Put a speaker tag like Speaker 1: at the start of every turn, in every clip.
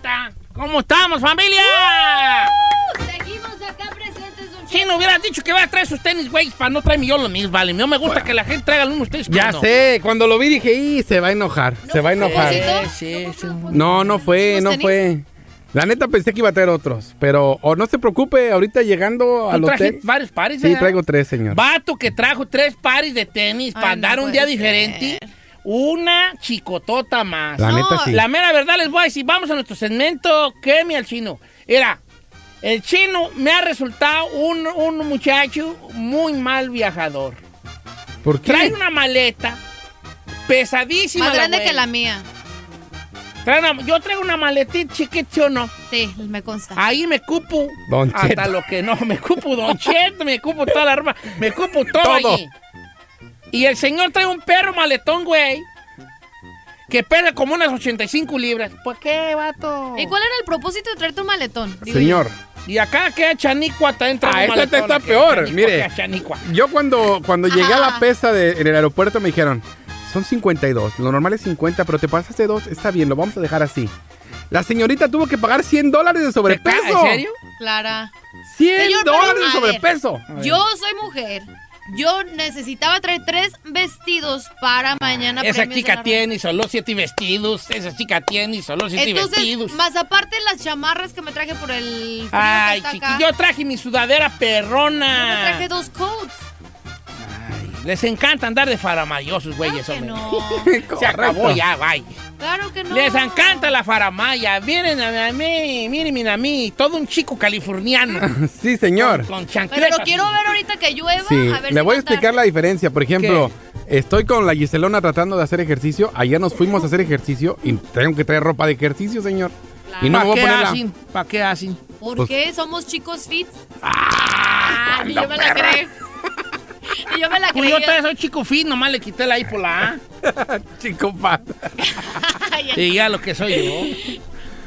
Speaker 1: ta! ¿Cómo estamos, familia?
Speaker 2: Seguimos acá presentes, Don
Speaker 1: Si no hubieras dicho que voy a traer sus tenis, güey, para no traerme yo los mismos, vale. No me gusta que la gente traiga uno ustedes.
Speaker 3: Ya
Speaker 1: no.
Speaker 3: sé, cuando lo vi dije, y se va a enojar, se va a enojar.
Speaker 2: Cheto.
Speaker 1: Sí, sí.
Speaker 3: No, no fue,
Speaker 2: ¿Unos
Speaker 3: no
Speaker 2: tenis?
Speaker 3: fue. La neta pensé que iba a traer otros, pero o no se preocupe, ahorita llegando al
Speaker 1: ¿Tú
Speaker 3: hotel.
Speaker 1: trajiste varios pares?
Speaker 3: Sí,
Speaker 1: eh?
Speaker 3: traigo tres, señor.
Speaker 1: Vato que trajo tres pares de tenis para
Speaker 2: no
Speaker 1: andar un
Speaker 2: puede
Speaker 1: día
Speaker 2: ser.
Speaker 1: diferente. Una chicotota más.
Speaker 3: La
Speaker 1: No,
Speaker 3: neta sí.
Speaker 1: La mera verdad les voy a decir, vamos a nuestro segmento Queme al chino. Era, el chino me ha resultado un, un muchacho muy mal viajador.
Speaker 3: ¿Por qué?
Speaker 1: Trae una maleta pesadísima.
Speaker 2: Más
Speaker 1: la
Speaker 2: grande
Speaker 1: güey.
Speaker 2: que la mía.
Speaker 1: Trae una- yo traigo una maletita chiquitito, ¿no?
Speaker 2: Sí, me consta.
Speaker 1: Ahí me cupo
Speaker 3: Don
Speaker 1: hasta
Speaker 3: Cheto.
Speaker 1: lo que no, me cupo Don Cheto, me cupo toda la ropa, me cupo todo,
Speaker 3: Todo.
Speaker 1: allí. Y el señor trae un perro maletón, güey, que pesa como unas 85 libras. ¿Por qué, vato?
Speaker 2: ¿Y cuál era el propósito de traerte un maletón? Digo
Speaker 3: Señor,
Speaker 1: Y acá queda chanicua, está entra
Speaker 3: Ah,
Speaker 1: un
Speaker 3: esta- esta
Speaker 1: maletón
Speaker 3: está
Speaker 1: aquí,
Speaker 3: peor,
Speaker 1: chanicua,
Speaker 3: mire.
Speaker 1: acá, chanicua.
Speaker 3: yo cuando, cuando llegué a la
Speaker 2: Ajá.
Speaker 3: pesa de- en el aeropuerto me dijeron, son 52, lo normal es 50, pero te pasaste dos, está bien, lo vamos a dejar así. La señorita tuvo que pagar 100 dólares de
Speaker 1: ¿Te ca-
Speaker 3: sobrepeso.
Speaker 1: ¿En serio?
Speaker 2: yo, Clara.
Speaker 3: 100
Speaker 2: Señor, pero,
Speaker 3: dólares de
Speaker 2: a ver,
Speaker 3: sobrepeso.
Speaker 2: Yo soy mujer. Yo necesitaba traer tres vestidos para mañana.
Speaker 1: Esa
Speaker 2: premios de
Speaker 1: chica
Speaker 2: la
Speaker 1: tiene solo siete vestidos, esa chica tiene solo
Speaker 2: radio.
Speaker 1: siete
Speaker 2: Entonces,
Speaker 1: vestidos.
Speaker 2: más aparte las chamarras que me traje por el frío que
Speaker 1: Ay,
Speaker 2: está
Speaker 1: chiqui,
Speaker 2: acá.
Speaker 1: yo traje mi sudadera
Speaker 2: Me
Speaker 1: perrona.
Speaker 2: traje dos coats.
Speaker 1: Les encanta andar de faramayosos, güeyes,
Speaker 2: Claro que
Speaker 1: hombre.
Speaker 2: no.
Speaker 1: Se acabó
Speaker 3: Correcto.
Speaker 1: ya, bye.
Speaker 2: Claro que no.
Speaker 1: Les encanta la faramaya. Vienen a mí, miren a mí. Todo un chico californiano.
Speaker 3: Sí, señor.
Speaker 1: Con
Speaker 2: Pero
Speaker 1: chancletas.
Speaker 2: lo quiero ver ahorita que llueva.
Speaker 3: Sí,
Speaker 2: a ver
Speaker 3: le
Speaker 2: si
Speaker 3: voy a
Speaker 2: no tarda.
Speaker 3: explicar la diferencia. Por ejemplo, estoy con la Giselona tratando de hacer ejercicio. Allá nos fuimos a hacer ejercicio y tengo que traer ropa de ejercicio, señor. Y no me
Speaker 1: ¿Para
Speaker 3: voy a
Speaker 1: qué
Speaker 3: poner la-
Speaker 1: hacen? ¿Para qué hacen?
Speaker 2: ¿Por
Speaker 3: Pues-
Speaker 2: qué somos chicos fit? Ah, ni yo me la creo. Ni yo me la
Speaker 1: Pues yo
Speaker 2: creía.
Speaker 1: todavía soy chico fin, nomás le quité la I por la A.
Speaker 3: Chico, pa.
Speaker 2: Ay, ay.
Speaker 1: Y ya lo que soy yo.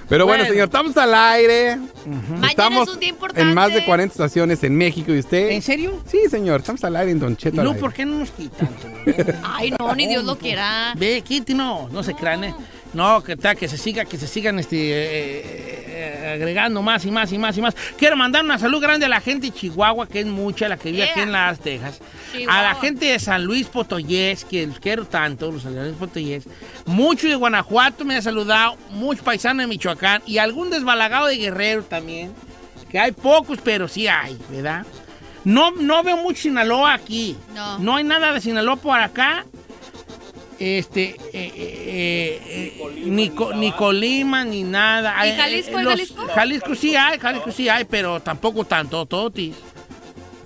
Speaker 3: Pero bueno,
Speaker 1: Bueno.
Speaker 3: señor, estamos al aire.
Speaker 2: Mañana
Speaker 3: Estamos
Speaker 2: es un día importante.
Speaker 3: en más de 40 estaciones en México. ¿Y usted?
Speaker 1: ¿En serio?
Speaker 3: Sí, señor, estamos al aire en Don
Speaker 1: ¿Y
Speaker 3: Cheto. al
Speaker 1: luego
Speaker 3: aire.
Speaker 1: por qué no nos quitan?
Speaker 2: Ay, no, ni Dios lo quiera.
Speaker 1: Ve, quite, no, no se crean, eh. No, que, ta- que se siga, que se sigan este, eh, eh, agregando más y más y más y más. Quiero mandar una salud grande a la gente de Chihuahua, que es mucha, la que vive aquí
Speaker 2: Ea.
Speaker 1: en Las Tejas.
Speaker 2: Chihuahua.
Speaker 1: A la gente de San Luis Potoyés, que los quiero tanto, los San Luis Potoyés. Mucho de Guanajuato me ha saludado, mucho paisano de Michoacán y algún desbalagado de Guerrero también. Que hay pocos, pero sí hay, ¿verdad? No, no veo mucho Sinaloa aquí.
Speaker 2: No.
Speaker 1: hay nada de Sinaloa por acá. Este, eh, eh, eh, ni, co- ni Colima, ni nada.
Speaker 2: ¿Y
Speaker 1: Eh, eh,
Speaker 2: Jalisco, hay Jalisco?
Speaker 1: Jalisco sí hay, Jalisco sí hay, pero tampoco tanto, totis.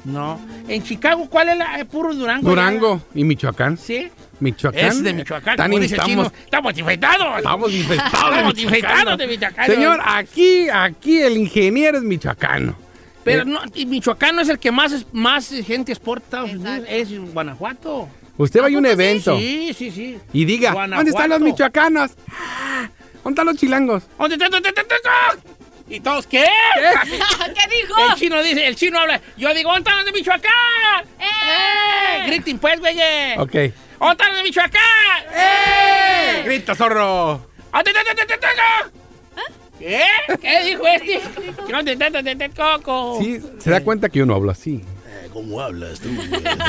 Speaker 1: No. En Chicago, ¿cuál es la eh, puro Durango?
Speaker 3: Durango y Michoacán.
Speaker 1: Sí.
Speaker 3: Michoacán.
Speaker 1: Es de Michoacán.
Speaker 3: Tan Ah,
Speaker 1: como dice el
Speaker 3: estamos,
Speaker 1: chino. Estamos infectados.
Speaker 3: estamos infectados.
Speaker 1: Estamos
Speaker 3: de
Speaker 1: infectados
Speaker 3: michoacanos.
Speaker 1: de Michoacán.
Speaker 3: Señor, aquí, aquí el ingeniero es michoacano.
Speaker 1: Pero no, y Michoacán no es el que más, es- más gente exporta a Estados Unidos,
Speaker 2: Exacto.
Speaker 1: es Guanajuato.
Speaker 3: Usted va a un evento
Speaker 1: Sí, sí, sí.
Speaker 3: y diga, ¿dónde están los
Speaker 1: Guanajuato.
Speaker 3: michoacanos? Ah, ¿Dónde están los chilangos?
Speaker 1: ¿Dónde están? ¿Dónde están? ¿Dónde están? ¿Y todos qué?
Speaker 2: ¿Qué dijo?
Speaker 1: El chino dice, el chino habla. Yo digo, ¿dónde están los de Michoacán? ¡Eh! Griten pues, güeyes.
Speaker 3: Ok.
Speaker 1: ¿Dónde están los de Michoacán? ¡Eh! "Ah,
Speaker 3: ¡Grita, zorro!
Speaker 1: ¡Ate, ate, ate, ate, ate, ate!
Speaker 2: ¿Eh?
Speaker 1: ¿Qué? ¿Qué dijo este? ¿Dónde está? ¿Dónde está el coco?
Speaker 3: Sí, se da cuenta que yo no hablo así.
Speaker 4: ¿Cómo hablas tú?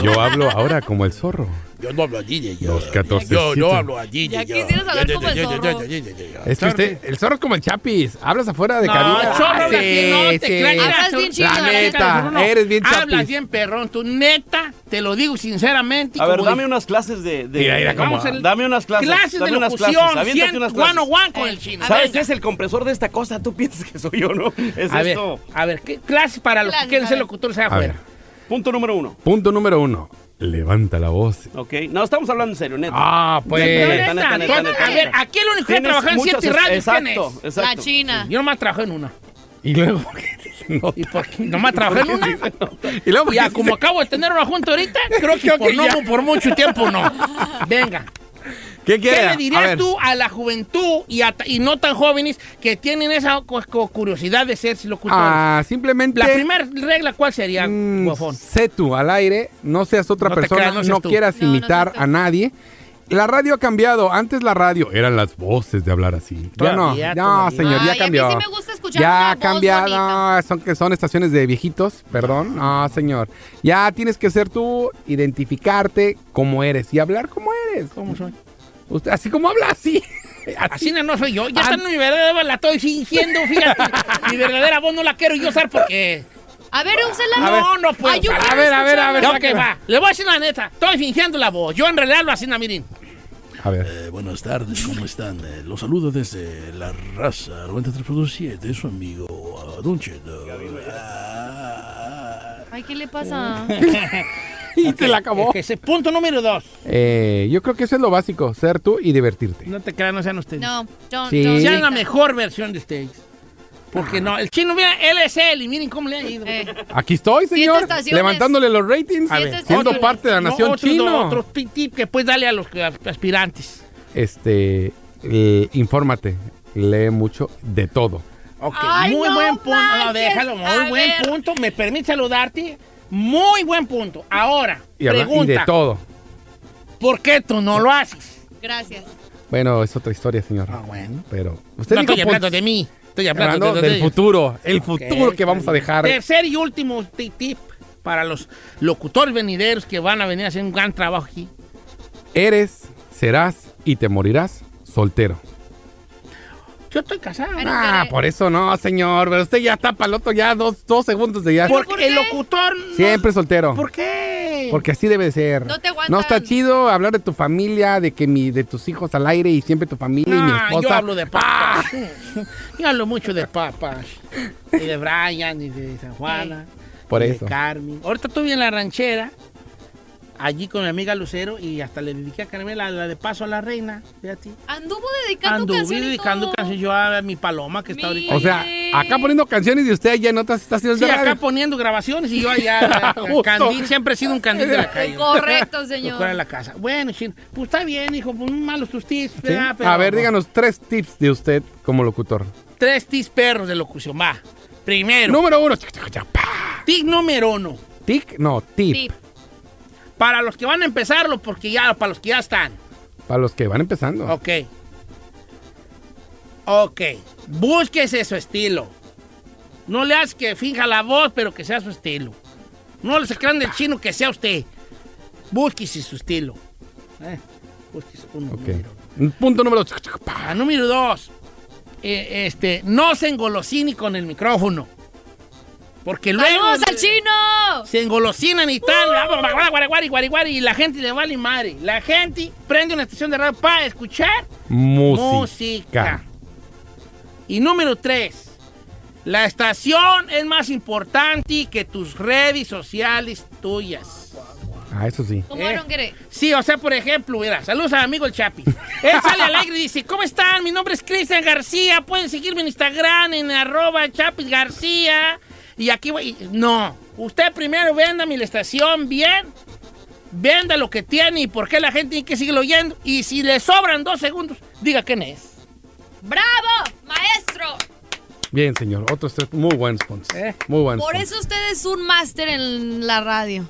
Speaker 3: Yo hablo ahora como el zorro.
Speaker 4: Yo no hablo allí. Yo,
Speaker 3: Los 14.
Speaker 4: yo, yo hablo allí.
Speaker 2: Ya
Speaker 4: yo.
Speaker 2: quisieras hablar
Speaker 4: Yo,
Speaker 2: como el
Speaker 4: yo, yo,
Speaker 2: zorro.
Speaker 4: yo, yo, yo, yo, yo.
Speaker 3: Es que usted, el zorro es como el chapis. Hablas afuera de
Speaker 1: No,
Speaker 3: cabina.
Speaker 1: zorro, hablas
Speaker 3: Sí,
Speaker 1: bien, no te
Speaker 3: sí.
Speaker 1: creas, mira,
Speaker 2: Ah, Hablas
Speaker 1: tú-
Speaker 2: bien chido, La la
Speaker 3: neta, neta.
Speaker 1: No,
Speaker 3: eres bien
Speaker 1: Hablas
Speaker 3: chapis.
Speaker 1: bien perrón, tú neta, te lo digo sinceramente. y
Speaker 5: A ver,
Speaker 1: como
Speaker 5: dame
Speaker 1: dije-
Speaker 5: unas clases de. de-
Speaker 3: Mira, mira cómo
Speaker 1: Vamos al-
Speaker 5: Dame unas clases.
Speaker 1: Clases
Speaker 5: dame
Speaker 1: de
Speaker 5: unas
Speaker 1: locución,
Speaker 5: clases, aviéntate
Speaker 1: cien-
Speaker 5: unas clases.
Speaker 1: one on one con el chino.
Speaker 5: ¿Sabes
Speaker 1: Venga.
Speaker 5: qué es el compresor de esta cosa? Tú piensas que soy yo, ¿no? Es
Speaker 1: A ver,
Speaker 5: esto.
Speaker 1: a ver, ¿qué clases para los que
Speaker 2: Clases,
Speaker 1: quieren
Speaker 2: a
Speaker 1: ser
Speaker 2: ver.
Speaker 1: locutores allá
Speaker 3: A ver,
Speaker 1: afuera?
Speaker 5: Punto número uno.
Speaker 3: punto número uno. Levanta la voz.
Speaker 5: Ok. No, estamos hablando en serio, neta.
Speaker 3: Ah,
Speaker 1: Neta,
Speaker 3: pues.
Speaker 5: neta, neta,
Speaker 1: entonces,
Speaker 5: neta,
Speaker 1: eh. a
Speaker 5: neta.
Speaker 1: ver, aquí el único que ha
Speaker 5: Tienes
Speaker 1: trabajado en
Speaker 5: muchas-
Speaker 1: siete radios, ¿quién es?
Speaker 5: Exacto,
Speaker 2: La
Speaker 5: exacto.
Speaker 2: china.
Speaker 1: Yo nomás trabajé en una.
Speaker 3: Y luego, ¿por qué dice no?
Speaker 1: ¿Y por qué? Nomás trabajé en una.
Speaker 3: Y luego, ¿por
Speaker 1: Ya,
Speaker 3: qué
Speaker 1: como
Speaker 3: dice-
Speaker 1: acabo de tener una junta ahorita, creo que
Speaker 3: Creo
Speaker 1: por,
Speaker 3: que
Speaker 1: no,
Speaker 3: ya.
Speaker 1: por mucho tiempo no. Venga, ¿qué
Speaker 3: ¿Qué quiere?
Speaker 1: le
Speaker 3: A
Speaker 1: dirías
Speaker 3: ver,
Speaker 1: tú a la juventud y, a- y no tan jóvenes que tienen esa cu- cu- curiosidad de ser locutores?
Speaker 3: Ah, simplemente.
Speaker 1: la primera regla, ¿cuál sería,
Speaker 3: mm,
Speaker 1: guafón?
Speaker 3: sé tú al aire, no seas otra
Speaker 1: No te
Speaker 3: persona,
Speaker 1: creas, no
Speaker 3: no,
Speaker 1: seas tú.
Speaker 3: quieras
Speaker 2: No, no
Speaker 3: imitar
Speaker 2: seas tú.
Speaker 3: a nadie. La radio ha cambiado. Antes la radio eran las voces de hablar así. Ya no,
Speaker 1: Todavía,
Speaker 3: ya,
Speaker 1: todavía.
Speaker 3: señor,
Speaker 2: Ay, a
Speaker 3: ya
Speaker 2: mí
Speaker 3: cambió.
Speaker 2: sí me gusta escuchar una
Speaker 3: ya
Speaker 2: voz
Speaker 3: cambiado.
Speaker 2: bonita.
Speaker 3: son que son estaciones de viejitos, perdón. No, señor. Ya tienes que ser tú, identificarte como eres y hablar como eres.
Speaker 1: ¿Cómo soy?
Speaker 3: Usted, así como habla, así.
Speaker 1: Así no, no soy yo. Ya
Speaker 3: Ah.
Speaker 1: está en mi verdadera voz, la estoy fingiendo, fíjate. mi verdadera voz no la quiero yo usar porque...
Speaker 2: A ver, úsela.
Speaker 1: A ver. No, no puedo.
Speaker 2: Ayúdame
Speaker 1: A
Speaker 3: ver, a ver, a ver.
Speaker 1: Ya
Speaker 3: sáquela.
Speaker 1: que va. Le voy a decir la neta. Estoy fingiendo la voz. Yo en realidad lo hacía, miren.
Speaker 3: A ver.
Speaker 4: Eh, buenas tardes, ¿cómo están? Eh, los saludo desde La Raza 93.7, su amigo ah, Don Cheto. Ah,
Speaker 2: Ay, ¿qué le pasa?
Speaker 3: Y se la acabó.
Speaker 1: Que ese punto número dos.
Speaker 3: Eh, yo creo que eso es lo básico, ser tú y divertirte.
Speaker 1: No te crean, no sean ustedes.
Speaker 2: No, don't,
Speaker 3: Sí.
Speaker 2: don't
Speaker 1: Sean
Speaker 2: take
Speaker 1: la
Speaker 2: that.
Speaker 1: mejor versión de ustedes. Porque no, el chino, mira, él es él. Y miren cómo le ha ido.
Speaker 2: Eh,
Speaker 3: Aquí estoy,
Speaker 2: Siete
Speaker 3: señor,
Speaker 2: estaciones.
Speaker 3: levantándole los ratings,
Speaker 2: A ver.
Speaker 3: siendo
Speaker 2: Otro-
Speaker 3: parte de la
Speaker 1: No,
Speaker 3: nación
Speaker 1: otro,
Speaker 3: chino.
Speaker 1: Otro ti- tip que puedes darle a los que- a- aspirantes.
Speaker 3: Este, eh, infórmate, lee mucho de todo.
Speaker 1: Ok,
Speaker 2: Ay,
Speaker 1: muy
Speaker 2: no
Speaker 1: buen punto. no,
Speaker 2: manches.
Speaker 1: déjalo, muy
Speaker 2: A
Speaker 1: buen
Speaker 2: ver.
Speaker 1: punto. Me permite saludarte. Muy buen punto. Ahora,
Speaker 3: Y, habla- y de
Speaker 1: pregunta,
Speaker 3: todo.
Speaker 1: ¿por qué tú no lo haces?
Speaker 2: gracias.
Speaker 3: Bueno, es otra historia, señor.
Speaker 1: Ah, bueno.
Speaker 3: Pero usted
Speaker 1: no
Speaker 3: dijo,
Speaker 1: estoy hablando
Speaker 3: pues,
Speaker 1: de mí. Estoy hablando,
Speaker 3: hablando
Speaker 1: de- de
Speaker 3: del
Speaker 1: ellos.
Speaker 3: futuro, el futuro
Speaker 1: Ok,
Speaker 3: que vamos
Speaker 1: está
Speaker 3: a
Speaker 1: bien.
Speaker 3: dejar.
Speaker 1: Tercer y último ti- tip para los locutores venideros que van a venir a hacer un gran trabajo aquí.
Speaker 3: Eres, serás y te morirás soltero.
Speaker 1: Yo estoy casado.
Speaker 2: Pero-
Speaker 3: Ah,
Speaker 2: que-
Speaker 3: por eso no, señor. Pero usted ya está paloto ya dos, dos segundos de ya.
Speaker 1: Porque
Speaker 2: por
Speaker 1: el
Speaker 2: qué?
Speaker 1: locutor. no-
Speaker 3: Siempre soltero.
Speaker 1: ¿Por qué?
Speaker 3: Porque así debe de ser.
Speaker 2: No te aguantan.
Speaker 3: No está chido hablar de tu familia, de que mi, de tus hijos al aire y siempre tu familia y mi
Speaker 1: No,
Speaker 3: esposa.
Speaker 1: Ah,
Speaker 3: Ah,
Speaker 1: yo hablo de papas. Yo hablo mucho de papas. Y de Brian, y de San Juana.
Speaker 3: Por
Speaker 1: y
Speaker 3: eso.
Speaker 1: De Carmen. Ahorita estuve en la ranchera, allí con mi amiga Lucero, y hasta le dediqué a Carmela la de Paso a la Reina. Fíjate.
Speaker 2: Anduvo dedicando
Speaker 1: Anduve
Speaker 2: canciones.
Speaker 1: dedicando canciones yo a mi paloma que está ahorita.
Speaker 3: O sea, acá poniendo canciones de usted allá en otras estaciones
Speaker 1: Sí,
Speaker 3: de
Speaker 1: acá
Speaker 3: radio.
Speaker 1: poniendo grabaciones y yo allá.
Speaker 3: Justo.
Speaker 1: candil, siempre he sido un candil de la calle.
Speaker 2: Correcto,
Speaker 1: Pues Fuera de
Speaker 2: señor.
Speaker 1: la casa. Bueno, chin, pues está bien, hijo, pues malos tus tips.
Speaker 3: Sí.
Speaker 1: ¿verdad? Ah, Pero-
Speaker 3: A ver, díganos tres tips de usted como locutor.
Speaker 1: Tres tips perros de locución, va. Primero,
Speaker 3: Número uno. chaca, chaca, chaca, pa.
Speaker 1: tip número uno.
Speaker 3: Tic, no, tip.
Speaker 2: Tip.
Speaker 1: Para los que van a empezarlo, porque ya, para los que ya están.
Speaker 3: Para los que van empezando.
Speaker 6: Ah.
Speaker 1: Ok. Ok. Búsquese su estilo. No le hagas que finja la voz, pero que sea su estilo. No se crean del chino que sea usted. Búsquese su estilo. Eh, búsquese un
Speaker 3: Ok.
Speaker 1: número.
Speaker 3: Punto número chaca, chaca, pa.
Speaker 1: Ah, número dos. Eh, este, no se engolosine con el micrófono. Porque luego
Speaker 2: ¡Saludos al chino!
Speaker 1: se engolosinan y tal. guara, guara, guari, guari, guari, y la gente le vale madre. La gente prende una estación de radio para escuchar
Speaker 3: Música.
Speaker 1: música. Y número tres, La estación es más importante que tus redes sociales tuyas.
Speaker 3: Ah, eso sí.
Speaker 2: ¿Cómo
Speaker 1: Eh.
Speaker 2: no querés?
Speaker 1: Sí, o sea, por ejemplo, mira, saludos al amigo el Chapi. Él sale alegre y dice, ¿cómo están? Mi nombre es Cristian García, pueden seguirme en Instagram en arroba Chapis García. Y aquí voy, no, usted primero venda mi estación bien, venda lo que tiene y por qué la gente tiene que seguirlo oyendo. Y si le sobran dos segundos, diga quién es.
Speaker 2: ¡Bravo, maestro!
Speaker 3: Bien, señor. Otros tres. Muy buen sponsor.
Speaker 1: Eh.
Speaker 3: Muy buen
Speaker 2: Por
Speaker 3: sponsor.
Speaker 2: eso usted es un máster en la radio.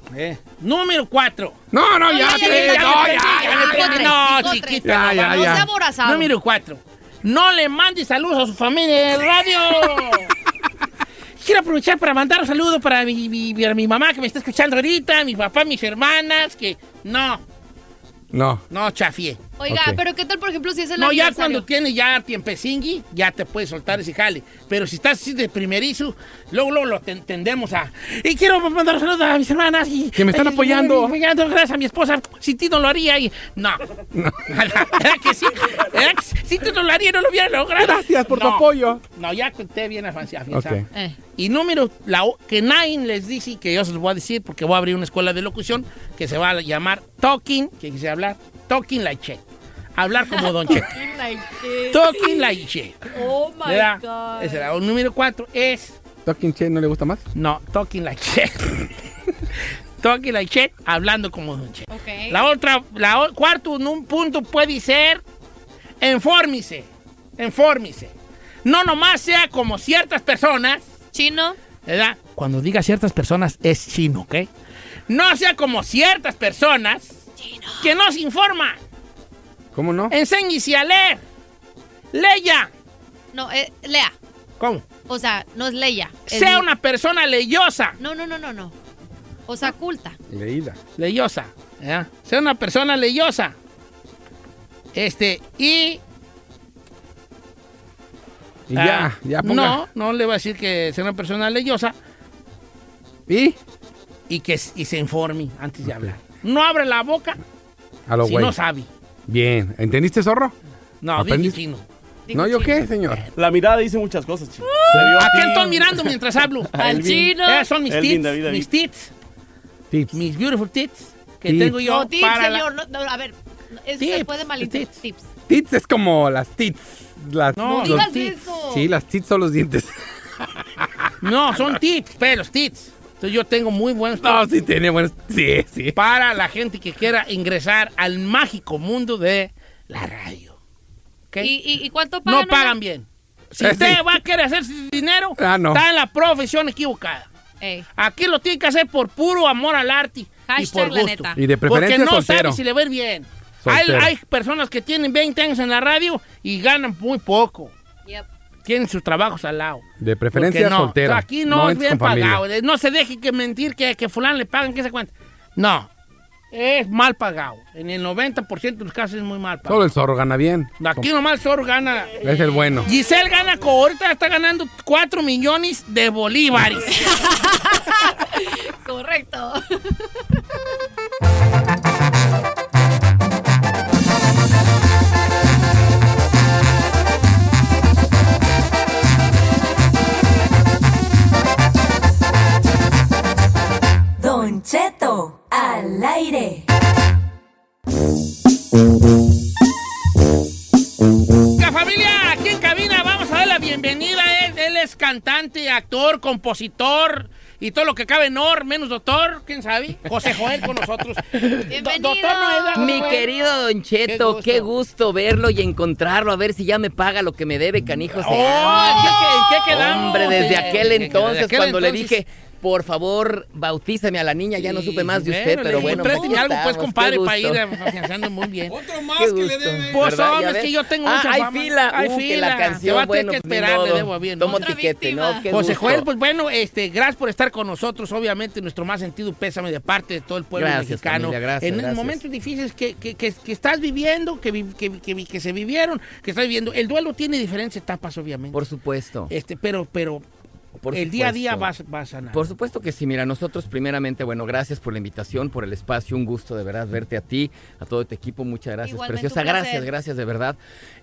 Speaker 1: Número cuatro.
Speaker 3: No, no, ya,
Speaker 2: Ay,
Speaker 3: sí,
Speaker 2: ay, ay,
Speaker 3: no,
Speaker 2: ay, ay,
Speaker 3: ya, ya.
Speaker 2: ay, ay,
Speaker 1: ya,
Speaker 2: ay,
Speaker 1: ya.
Speaker 2: ay,
Speaker 1: No,
Speaker 2: ay,
Speaker 1: chiquita,
Speaker 3: ay, ay,
Speaker 1: no,
Speaker 3: Ah, ya.
Speaker 2: No sea aborazado.
Speaker 1: Número 4. No le mande saludos a su familia de radio. Quiero aprovechar para mandar un saludo para mi, mi- para mi mamá que me está escuchando ahorita, mi papá, mis hermanas, que no,
Speaker 3: No.
Speaker 1: no chafié.
Speaker 2: Oiga,
Speaker 3: Ok.
Speaker 2: pero ¿qué tal, por ejemplo, si es el
Speaker 1: No, ya
Speaker 2: aniversario?
Speaker 1: cuando tienes ya tiempecingui, ya te puedes soltar ese jale. Pero si estás así de primerizo, luego, luego lo ten- tendemos a... Y quiero mandar saludos a mis hermanas. Y,
Speaker 3: Que me están
Speaker 1: y- y-
Speaker 3: apoyando.
Speaker 1: y- apoyando, gracias a mi esposa. Si ti no lo haría y... No. ¿Era que sí? ¿Era que sí? si ti no lo haría, no lo hubiera logrado.
Speaker 3: Gracias por tu
Speaker 1: No.
Speaker 3: apoyo.
Speaker 1: No, ya conté bien afianzado.
Speaker 3: Ok.
Speaker 2: Eh,
Speaker 1: Y número, la, o- que nadie les dice, que yo se los voy a decir, porque voy a abrir una escuela de locución que se va a llamar Talking, que quise hablar, Talking Like Che. Hablar como Don Che. Talking Like Che.
Speaker 2: Oh my
Speaker 1: ¿Verdad?
Speaker 2: God.
Speaker 1: Ese era. O número cuatro es.
Speaker 3: ¿Talking Che no le gusta más?
Speaker 1: No, Talking Like Che. talking Like Che, hablando como Don Che.
Speaker 2: Ok.
Speaker 1: La otra, la o- cuarto nu- punto puede ser. Enfórmese. Enfórmese. No nomás sea como ciertas personas.
Speaker 2: Chino.
Speaker 1: ¿verdad? Cuando diga ciertas personas es chino, ¿ok? No sea como ciertas personas que no se informa.
Speaker 3: ¿Cómo no?
Speaker 1: Eh. Enséñese a leer. Leya.
Speaker 2: No, eh, lea.
Speaker 1: ¿Cómo?
Speaker 2: O sea, no es leya. es
Speaker 1: Sea
Speaker 2: le-
Speaker 1: una persona leyosa.
Speaker 2: No, no, no, no, no. O sea, culta.
Speaker 3: Leída.
Speaker 1: Leyosa. ¿verdad? Sea una persona leyosa. Este, y.
Speaker 3: Y
Speaker 1: ah,
Speaker 3: ya, ya ponga.
Speaker 1: No, no le va a decir que sea una persona leyosa
Speaker 3: Y
Speaker 1: y que s- y se informe antes de hablar. No abra la boca
Speaker 3: a lo
Speaker 1: si
Speaker 3: güey.
Speaker 1: no sabe.
Speaker 3: Bien. ¿Entendiste, zorro?
Speaker 1: No, dije
Speaker 3: ¿Aprendiste?
Speaker 1: chino.
Speaker 2: Dijo
Speaker 3: No, ¿yo
Speaker 2: chino.
Speaker 3: qué, señor?
Speaker 5: La mirada dice muchas cosas, chico. Te vio
Speaker 1: ¿A
Speaker 5: ti.
Speaker 1: quién estoy mirando mientras hablo?
Speaker 5: A
Speaker 2: Al
Speaker 5: Elvin.
Speaker 2: chino.
Speaker 1: Esas son mis
Speaker 5: Elvin,
Speaker 1: tits,
Speaker 5: David, David.
Speaker 1: mis tits,
Speaker 3: Tips.
Speaker 1: mis beautiful tits que
Speaker 3: Tits.
Speaker 1: tengo yo
Speaker 2: No, tips,
Speaker 1: para la-
Speaker 2: señor. no, no, a ver, eso
Speaker 1: Tips,
Speaker 2: se puede malinterpretar.
Speaker 1: tips.
Speaker 2: Tips.
Speaker 3: Tits es como las tits. Las,
Speaker 1: No,
Speaker 3: los-
Speaker 2: Digas
Speaker 1: tips.
Speaker 2: eso.
Speaker 3: Sí, las tits son los dientes.
Speaker 1: No, son tits, pelos, tits. Entonces yo tengo muy buenos
Speaker 3: No,
Speaker 1: tips
Speaker 3: sí tiene buenos. Sí, sí.
Speaker 1: para la gente que quiera ingresar al mágico mundo de la radio. ¿Ok?
Speaker 2: ¿Y, y, y cuánto pagan?
Speaker 1: no pagan bien. Si
Speaker 3: Eh,
Speaker 1: usted
Speaker 3: sí.
Speaker 1: va a querer hacer su dinero,
Speaker 3: Ah, no.
Speaker 1: está en la profesión equivocada.
Speaker 2: Ey,
Speaker 1: Aquí lo tiene que hacer por puro amor al arte y
Speaker 2: Hashtag
Speaker 1: por
Speaker 2: la
Speaker 1: gusto.
Speaker 2: neta.
Speaker 3: Y de preferencia
Speaker 1: Porque no
Speaker 3: soltero.
Speaker 1: sabe si le va a ir bien. Hay,
Speaker 3: Soltero.
Speaker 1: hay personas que tienen 20 años en la radio y ganan muy poco.
Speaker 2: yep.
Speaker 1: Tienen sus trabajos al lado.
Speaker 3: De preferencia
Speaker 1: Porque no,
Speaker 3: soltero.
Speaker 1: Aquí no, es
Speaker 3: entres
Speaker 1: bien
Speaker 3: con familia.
Speaker 1: pagado. Eh, No se deje que mentir que, que fulano le pagan que se cuenta. No. Es mal pagado. En el 90% de los casos es muy mal
Speaker 3: Solo
Speaker 1: pagado.
Speaker 3: el zorro gana bien.
Speaker 1: Aquí nomás el zorro gana.
Speaker 3: Es el bueno.
Speaker 1: Giselle gana, co- ahorita está ganando 4 millones de bolívares.
Speaker 2: Correcto.
Speaker 7: Don Cheto, al aire.
Speaker 1: Venga, familia, aquí en cabina vamos a dar la bienvenida. Él, él es cantante, actor, compositor y todo lo que cabe en or, menos doctor, quién sabe. José Joel con nosotros. Do-
Speaker 2: Bienvenido.
Speaker 1: Noeda,
Speaker 6: Mi
Speaker 1: Joel.
Speaker 6: querido Don Cheto,
Speaker 1: Qué
Speaker 6: qué gusto.
Speaker 1: gusto.
Speaker 6: verlo y encontrarlo, a ver si ya me paga lo que me debe, canijo.
Speaker 1: Oh, ¿en qué- en qué quedamos?
Speaker 6: Hombre, desde
Speaker 1: Eh,
Speaker 6: aquel
Speaker 1: desde
Speaker 6: entonces,
Speaker 1: aquel
Speaker 6: cuando
Speaker 1: entonces.
Speaker 6: le dije, por favor, bautízame a la niña, ya no supe más de
Speaker 1: Bueno,
Speaker 6: usted,
Speaker 1: le
Speaker 6: pero
Speaker 1: digo,
Speaker 6: bueno.
Speaker 1: tráete
Speaker 6: aquí
Speaker 1: algo, pues,
Speaker 6: estamos,
Speaker 1: compadre,
Speaker 6: qué
Speaker 1: para ir
Speaker 6: gusto.
Speaker 1: eh, afianzando muy bien.
Speaker 6: Qué gusto.
Speaker 1: Pues,
Speaker 6: ¿Verdad?
Speaker 1: hombre,
Speaker 6: Ya
Speaker 1: es
Speaker 6: ves.
Speaker 1: que yo tengo
Speaker 6: Ah,
Speaker 1: mucha
Speaker 6: hay
Speaker 1: fama.
Speaker 6: fila.
Speaker 1: Hay
Speaker 6: Uh, que
Speaker 1: fila.
Speaker 6: la
Speaker 1: Te
Speaker 6: canción,
Speaker 1: va a tener
Speaker 6: bueno,
Speaker 1: que
Speaker 6: pues, ni
Speaker 1: esperar, le
Speaker 6: modo.
Speaker 1: debo a bien, ¿no?
Speaker 6: Tomo
Speaker 2: Otra
Speaker 6: tiquete,
Speaker 2: víctima.
Speaker 6: ¿no? Qué
Speaker 1: José
Speaker 6: gusto.
Speaker 1: Joel, pues bueno, este, gracias por estar con nosotros. Obviamente, nuestro más sentido pésame de parte de todo el pueblo
Speaker 6: Gracias,
Speaker 1: mexicano.
Speaker 6: familia, gracias,
Speaker 1: en
Speaker 6: gracias.
Speaker 1: momentos difíciles que, que- que- que estás viviendo, que, vi- que, vi- que vi- que se vivieron, que estás viviendo. El duelo tiene diferentes etapas, obviamente.
Speaker 6: Por supuesto.
Speaker 1: Este, pero, pero
Speaker 6: Por
Speaker 1: eh, el día a día
Speaker 6: supuesto.
Speaker 1: vas, vas a sanar.
Speaker 6: Por supuesto que sí, mira, nosotros primeramente, bueno, gracias por la invitación, por el espacio, un gusto de verdad verte a ti, a todo tu equipo, muchas gracias,
Speaker 8: Igualmente,
Speaker 6: preciosa,
Speaker 8: un placer.
Speaker 6: gracias, gracias de verdad.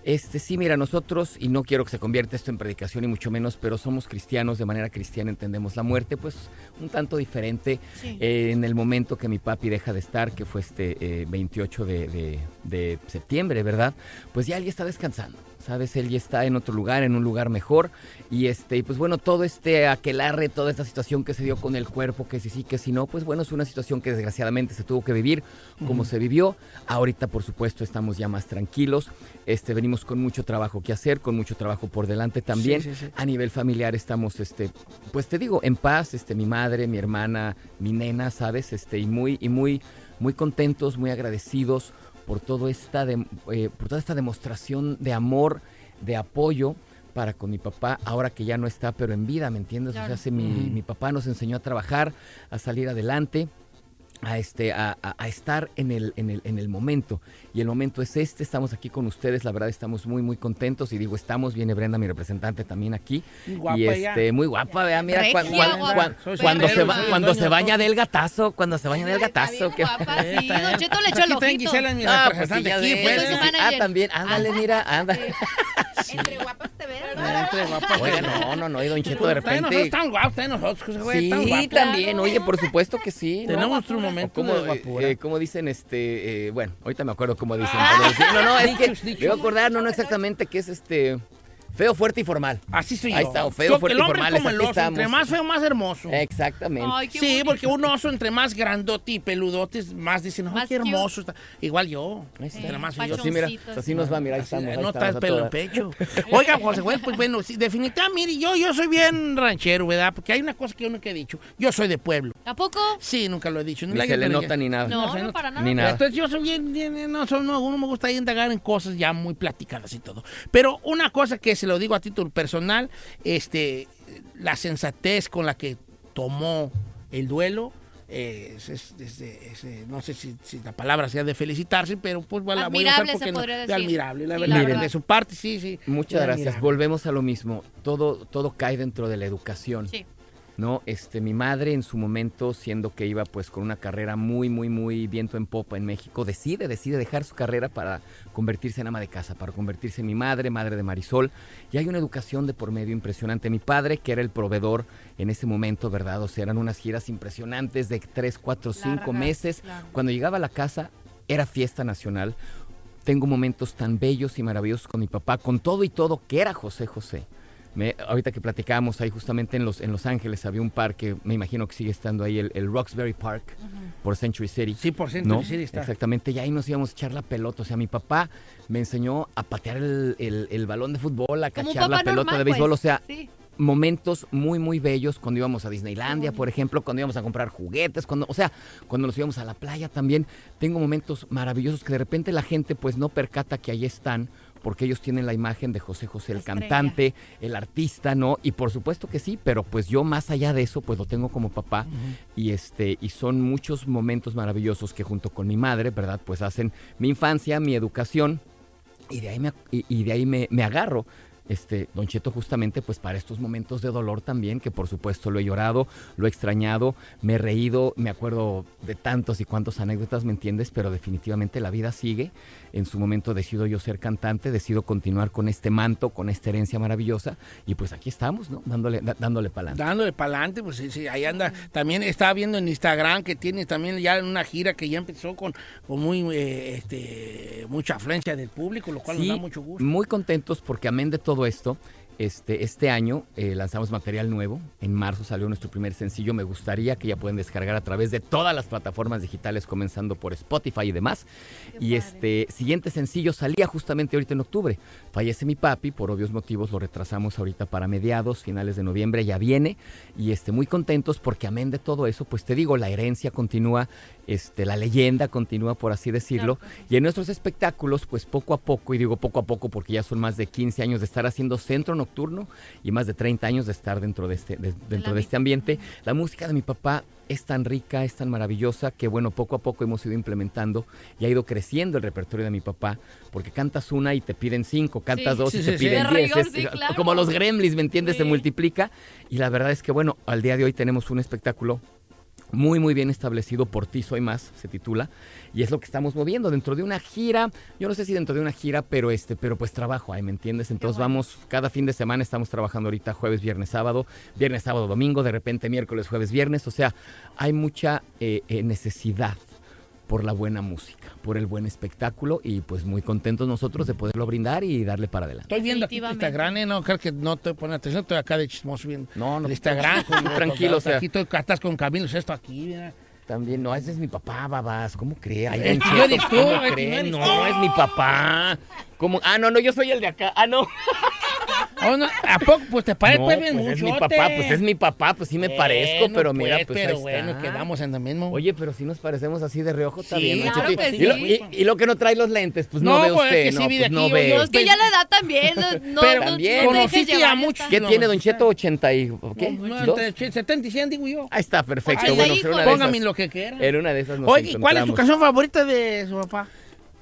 Speaker 6: Este, sí, mira, nosotros, y no quiero que se convierta esto en predicación y mucho menos, pero somos cristianos, de manera cristiana entendemos la muerte, pues un tanto diferente
Speaker 9: Sí.
Speaker 6: eh, en el momento que mi papi deja de estar, que fue este eh, 28 de, de- de septiembre, ¿verdad? Pues ya él ya está descansando, ¿sabes? Él ya está en otro lugar, en un lugar mejor. Y este, y pues bueno, todo este aquelarre, toda esta situación que se dio con el cuerpo, que si sí, que si no, pues bueno, es una situación que desgraciadamente se tuvo que vivir como
Speaker 10: Ujú.
Speaker 6: se vivió. Ahorita, por supuesto, estamos ya más tranquilos. Este, venimos con mucho trabajo que hacer, con mucho trabajo por delante también.
Speaker 10: Sí, sí, sí.
Speaker 6: A nivel familiar estamos, este, pues te digo, en paz, este, mi madre, mi hermana, mi nena, ¿sabes? Este, y muy, y muy, muy contentos, muy agradecidos por, todo esta dem- eh, por toda esta demostración de amor, de apoyo para con mi papá, ahora que ya no está, pero en vida, ¿me entiendes? O
Speaker 10: Claro.
Speaker 6: sea, se- mi,
Speaker 10: Ujú.
Speaker 6: mi papá nos enseñó a trabajar, a salir adelante, a, este, a, a- a estar en el, en, el, en el momento. Y el momento es este, estamos aquí con ustedes, la verdad estamos muy, muy contentos. Y digo, estamos, viene Brenda, mi representante, también aquí.
Speaker 1: Muy guapa
Speaker 6: y
Speaker 1: ella.
Speaker 6: este, muy guapa, vea, mira,
Speaker 1: Regia,
Speaker 6: cuan- cuan-
Speaker 1: guapa.
Speaker 6: cuan-
Speaker 1: Soy
Speaker 6: cuando, se,
Speaker 1: soltero,
Speaker 6: ba-
Speaker 1: soy
Speaker 6: cuando
Speaker 1: dueño
Speaker 6: se
Speaker 1: de
Speaker 6: baña del gatazo, cuando se baña del gatazo. que-
Speaker 2: Sí, Don Cheto le
Speaker 1: Aquí
Speaker 2: echó el
Speaker 1: está en
Speaker 2: ojito.
Speaker 1: Gisela, mi
Speaker 6: Ah, pues sí,
Speaker 1: representante
Speaker 6: ya
Speaker 1: aquí,
Speaker 6: ves.
Speaker 1: pues.
Speaker 6: Soy su manager. Ah, también, ándale, mira, anda.
Speaker 1: Entre Pues guapas.
Speaker 6: Oiga, no, no, no, y Don Cheto de
Speaker 1: Ustedes nosotros
Speaker 6: repente...
Speaker 1: están guapos, ustedes nosotros, güey, están
Speaker 6: Sí,
Speaker 1: guapos.
Speaker 6: también, oye, por supuesto que sí. ¿no?
Speaker 1: Tenemos un
Speaker 6: O
Speaker 1: momento
Speaker 6: como,
Speaker 1: de
Speaker 6: eh,
Speaker 1: guapura.
Speaker 6: eh, como dicen, este, eh, bueno, ahorita me acuerdo cómo dicen. pero sí, no, no, es
Speaker 1: Ah, Dichos,
Speaker 6: que
Speaker 1: dichos.
Speaker 6: me voy a acordar, no, no exactamente que es este feo, fuerte y formal.
Speaker 1: Así soy
Speaker 6: Ahí
Speaker 1: yo.
Speaker 6: está, o
Speaker 1: Yo,
Speaker 6: feo,
Speaker 1: que
Speaker 6: fuerte
Speaker 1: el
Speaker 6: y
Speaker 1: hombre
Speaker 6: formal.
Speaker 1: es como el
Speaker 6: aquí
Speaker 1: oso,
Speaker 6: estamos. Eh.
Speaker 1: entre más feo, más hermoso.
Speaker 6: Exactamente.
Speaker 1: sí, porque un oso entre más grandote y peludote, es más dicen, ¡ay, qué hermoso! está". Igual yo. Entre más soy yo.
Speaker 6: Así, mira, así nos va, mira, ahí estamos. ahí
Speaker 1: no
Speaker 6: estamos
Speaker 1: traes
Speaker 6: a
Speaker 1: pelo
Speaker 6: toda.
Speaker 1: en pecho. Oiga, José Juan, pues bueno, sí, definitivamente, mire, yo, yo soy bien ranchero, ¿verdad? Porque hay una cosa que yo nunca he dicho. Yo soy de pueblo.
Speaker 2: ¿A poco?
Speaker 1: Sí, nunca lo he dicho.
Speaker 6: Ni
Speaker 1: Nunca
Speaker 6: se le
Speaker 1: lo he-
Speaker 6: nota ni nada.
Speaker 1: No,
Speaker 6: No,
Speaker 1: se
Speaker 6: no,
Speaker 1: nota.
Speaker 6: para nada. Ni nada.
Speaker 1: Entonces yo soy bien, bien- no, soy- no, no me gusta indagar en cosas ya muy platicadas y todo. Pero una cosa que se lo digo a título personal, este, la sensatez con la que tomó el duelo, eh, es- es- es- es- eh, no sé si, si la palabra sea de felicitarse, pero pues bueno, la voy a usar
Speaker 2: Admirable,
Speaker 1: porque
Speaker 2: se
Speaker 1: no-
Speaker 2: podría
Speaker 1: de
Speaker 2: decir.
Speaker 1: admirable, la
Speaker 2: Sí,
Speaker 1: verdad,
Speaker 6: la verdad.
Speaker 1: de su parte, sí, sí.
Speaker 6: Muchas
Speaker 1: Era
Speaker 6: gracias.
Speaker 1: admirable.
Speaker 6: Volvemos a lo mismo. Todo, todo cae dentro de la educación.
Speaker 2: Sí.
Speaker 6: ¿No? Este, mi madre en su momento, siendo que iba pues con una carrera muy, muy, muy viento en popa en México, decide, decide dejar su carrera para convertirse en ama de casa, para convertirse en mi madre, madre de Marisol. Y hay una educación de por medio impresionante. Mi padre, que era el proveedor en ese momento, ¿verdad? O sea, eran unas giras impresionantes de 3, 4, 5 meses. Cuando llegaba a la casa, era fiesta nacional. Tengo momentos tan bellos y maravillosos con mi papá, con todo y todo que era José José. Me- ahorita que platicábamos ahí justamente en Los, en Los Ángeles había un parque, me imagino que sigue estando ahí, el, el Roxbury Park, por Century City.
Speaker 1: Sí, por Century City está.
Speaker 6: Exactamente, y ahí nos íbamos a echar la pelota. O sea, mi papá me enseñó a patear el, el- el balón de fútbol, a
Speaker 10: Como un
Speaker 6: cachar la
Speaker 10: papá
Speaker 6: pelota
Speaker 10: normal,
Speaker 6: de béisbol.
Speaker 10: pues.
Speaker 6: O sea,
Speaker 10: Sí.
Speaker 6: momentos muy, muy bellos cuando íbamos a Disneylandia,
Speaker 10: Qué
Speaker 6: por ejemplo, cuando íbamos a comprar juguetes, cuando, o sea, cuando nos íbamos a la playa también. Tengo momentos maravillosos que de repente la gente pues no percata que ahí están. Porque ellos tienen la imagen de José José, el
Speaker 10: estrella.
Speaker 6: cantante, el artista, ¿no? Y por supuesto que sí, pero pues yo más allá de eso, pues lo tengo como papá. Y este, y son muchos momentos maravillosos que junto con mi madre, ¿verdad? Pues hacen mi infancia, mi educación, y de ahí me, y, y de ahí me, me agarro. Este, Don Cheto, justamente, pues para estos momentos de dolor también, que por supuesto lo he llorado, lo he extrañado, me he reído, me acuerdo de tantos y cuantos anécdotas, ¿me entiendes? Pero definitivamente la vida sigue. En su momento decido yo ser cantante, decido continuar con este manto, con esta herencia maravillosa, y pues aquí estamos, ¿no? Dándole, da- dándole pa'lante.
Speaker 1: Dándole para adelante, pues sí, sí, ahí anda. También estaba viendo en Instagram que tiene también ya una gira que ya empezó con, con muy, eh, este, mucha afluencia del público, lo cual
Speaker 6: Sí,
Speaker 1: nos da mucho gusto.
Speaker 6: Muy contentos porque amén de todo esto, este, este año eh, lanzamos material nuevo. En marzo salió nuestro primer sencillo. Me gustaría que ya pueden descargar a través de todas las plataformas digitales, comenzando por Spotify y demás. Y este siguiente sencillo salía justamente ahorita en octubre. Fallece mi papi, por obvios motivos lo retrasamos ahorita para mediados, finales de noviembre, ya viene. Y este, muy contentos porque amén de todo eso, pues te digo, la herencia continúa, este, la leyenda continúa, por así decirlo. Y en nuestros espectáculos, pues poco a poco, y digo poco a poco porque ya son más de 15 años de estar haciendo centro nocturno y más de 30 años de estar dentro de este, de- dentro de este ambiente, la música de mi papá es tan rica, es tan maravillosa, que bueno, poco a poco hemos ido implementando y ha ido creciendo el repertorio de mi papá, porque cantas una y te piden cinco, cantas
Speaker 8: Sí,
Speaker 6: dos
Speaker 8: sí,
Speaker 6: y
Speaker 8: sí,
Speaker 6: te
Speaker 8: sí.
Speaker 6: piden
Speaker 8: De
Speaker 6: diez.
Speaker 8: rigor,
Speaker 6: es-
Speaker 8: sí, claro.
Speaker 6: Como los gremlins, ¿me entiendes? Se multiplica. Y la verdad es que bueno, al día de hoy tenemos un espectáculo muy muy bien establecido por ti soy más se titula y es lo que estamos moviendo dentro de una gira yo no sé si dentro de una gira pero este pero pues trabajo ahí me entiendes entonces vamos cada fin de semana estamos trabajando ahorita jueves viernes sábado viernes sábado domingo de repente miércoles jueves viernes o sea hay mucha eh, eh, necesidad por la buena música por el buen espectáculo y pues muy contentos nosotros de poderlo brindar y darle para adelante
Speaker 1: Estoy viendo aquí tu Instagram, ¿eh? no creo que no te pone atención, estoy acá de chismoso viendo. No, no. Instagram,
Speaker 6: tú tranquilo, o sea.
Speaker 1: Aquí estoy- estás con Camilo, es esto aquí, mira.
Speaker 6: También, no, ese es mi papá, babas. ¿Cómo cree? Ay,
Speaker 1: Es que
Speaker 6: Don
Speaker 1: no
Speaker 6: Cheto,
Speaker 1: eres tú,
Speaker 6: ¿cómo
Speaker 1: es que
Speaker 6: cree?
Speaker 1: no eres
Speaker 6: no,
Speaker 1: tú.
Speaker 6: es mi papá. ¿Cómo? Ah, no, no, yo soy el de acá. Ah, no.
Speaker 1: Ah, no, ¿A poco? Pues te parece
Speaker 6: No,
Speaker 1: pues,
Speaker 6: pues
Speaker 1: bien
Speaker 6: es mi
Speaker 1: muchote.
Speaker 6: papá, pues es mi papá, pues sí me
Speaker 1: Bueno,
Speaker 6: parezco, pero
Speaker 1: pues,
Speaker 6: mira, pues
Speaker 1: pero
Speaker 6: ahí
Speaker 1: bueno,
Speaker 6: está.
Speaker 1: quedamos en lo mismo.
Speaker 6: Oye, pero si nos parecemos así de reojo, está
Speaker 1: Sí,
Speaker 6: bien. ¿no,
Speaker 1: claro
Speaker 6: Chiqui?
Speaker 1: que
Speaker 6: y, lo,
Speaker 1: sí.
Speaker 6: y- y lo que no trae los lentes, pues no,
Speaker 1: No,
Speaker 6: ve
Speaker 1: pues,
Speaker 6: usted,
Speaker 1: es que sí
Speaker 6: no,
Speaker 1: vi de
Speaker 6: pues
Speaker 1: aquí,
Speaker 6: no
Speaker 1: yo-
Speaker 6: ve.
Speaker 1: yo-
Speaker 2: No, es que ya la edad también. No, no,
Speaker 6: Pero
Speaker 2: no-
Speaker 6: también.
Speaker 2: no te dejes
Speaker 1: Conociste a
Speaker 2: llevar, ya
Speaker 1: muchos.
Speaker 2: está.
Speaker 6: ¿Qué tiene Don Cheto? 80 y... ¿qué?
Speaker 1: No,
Speaker 6: ¿Dos?
Speaker 1: entre 70 y 100, digo yo.
Speaker 6: Ahí está, perfecto.
Speaker 1: Ay,
Speaker 6: bueno,
Speaker 1: hijo.
Speaker 6: era una de
Speaker 1: Póngame
Speaker 6: esas.
Speaker 1: lo que quiera.
Speaker 6: Era una de esas nos
Speaker 1: Oye, ¿cuál es tu
Speaker 6: encontramos.
Speaker 1: canción favorita de su papá?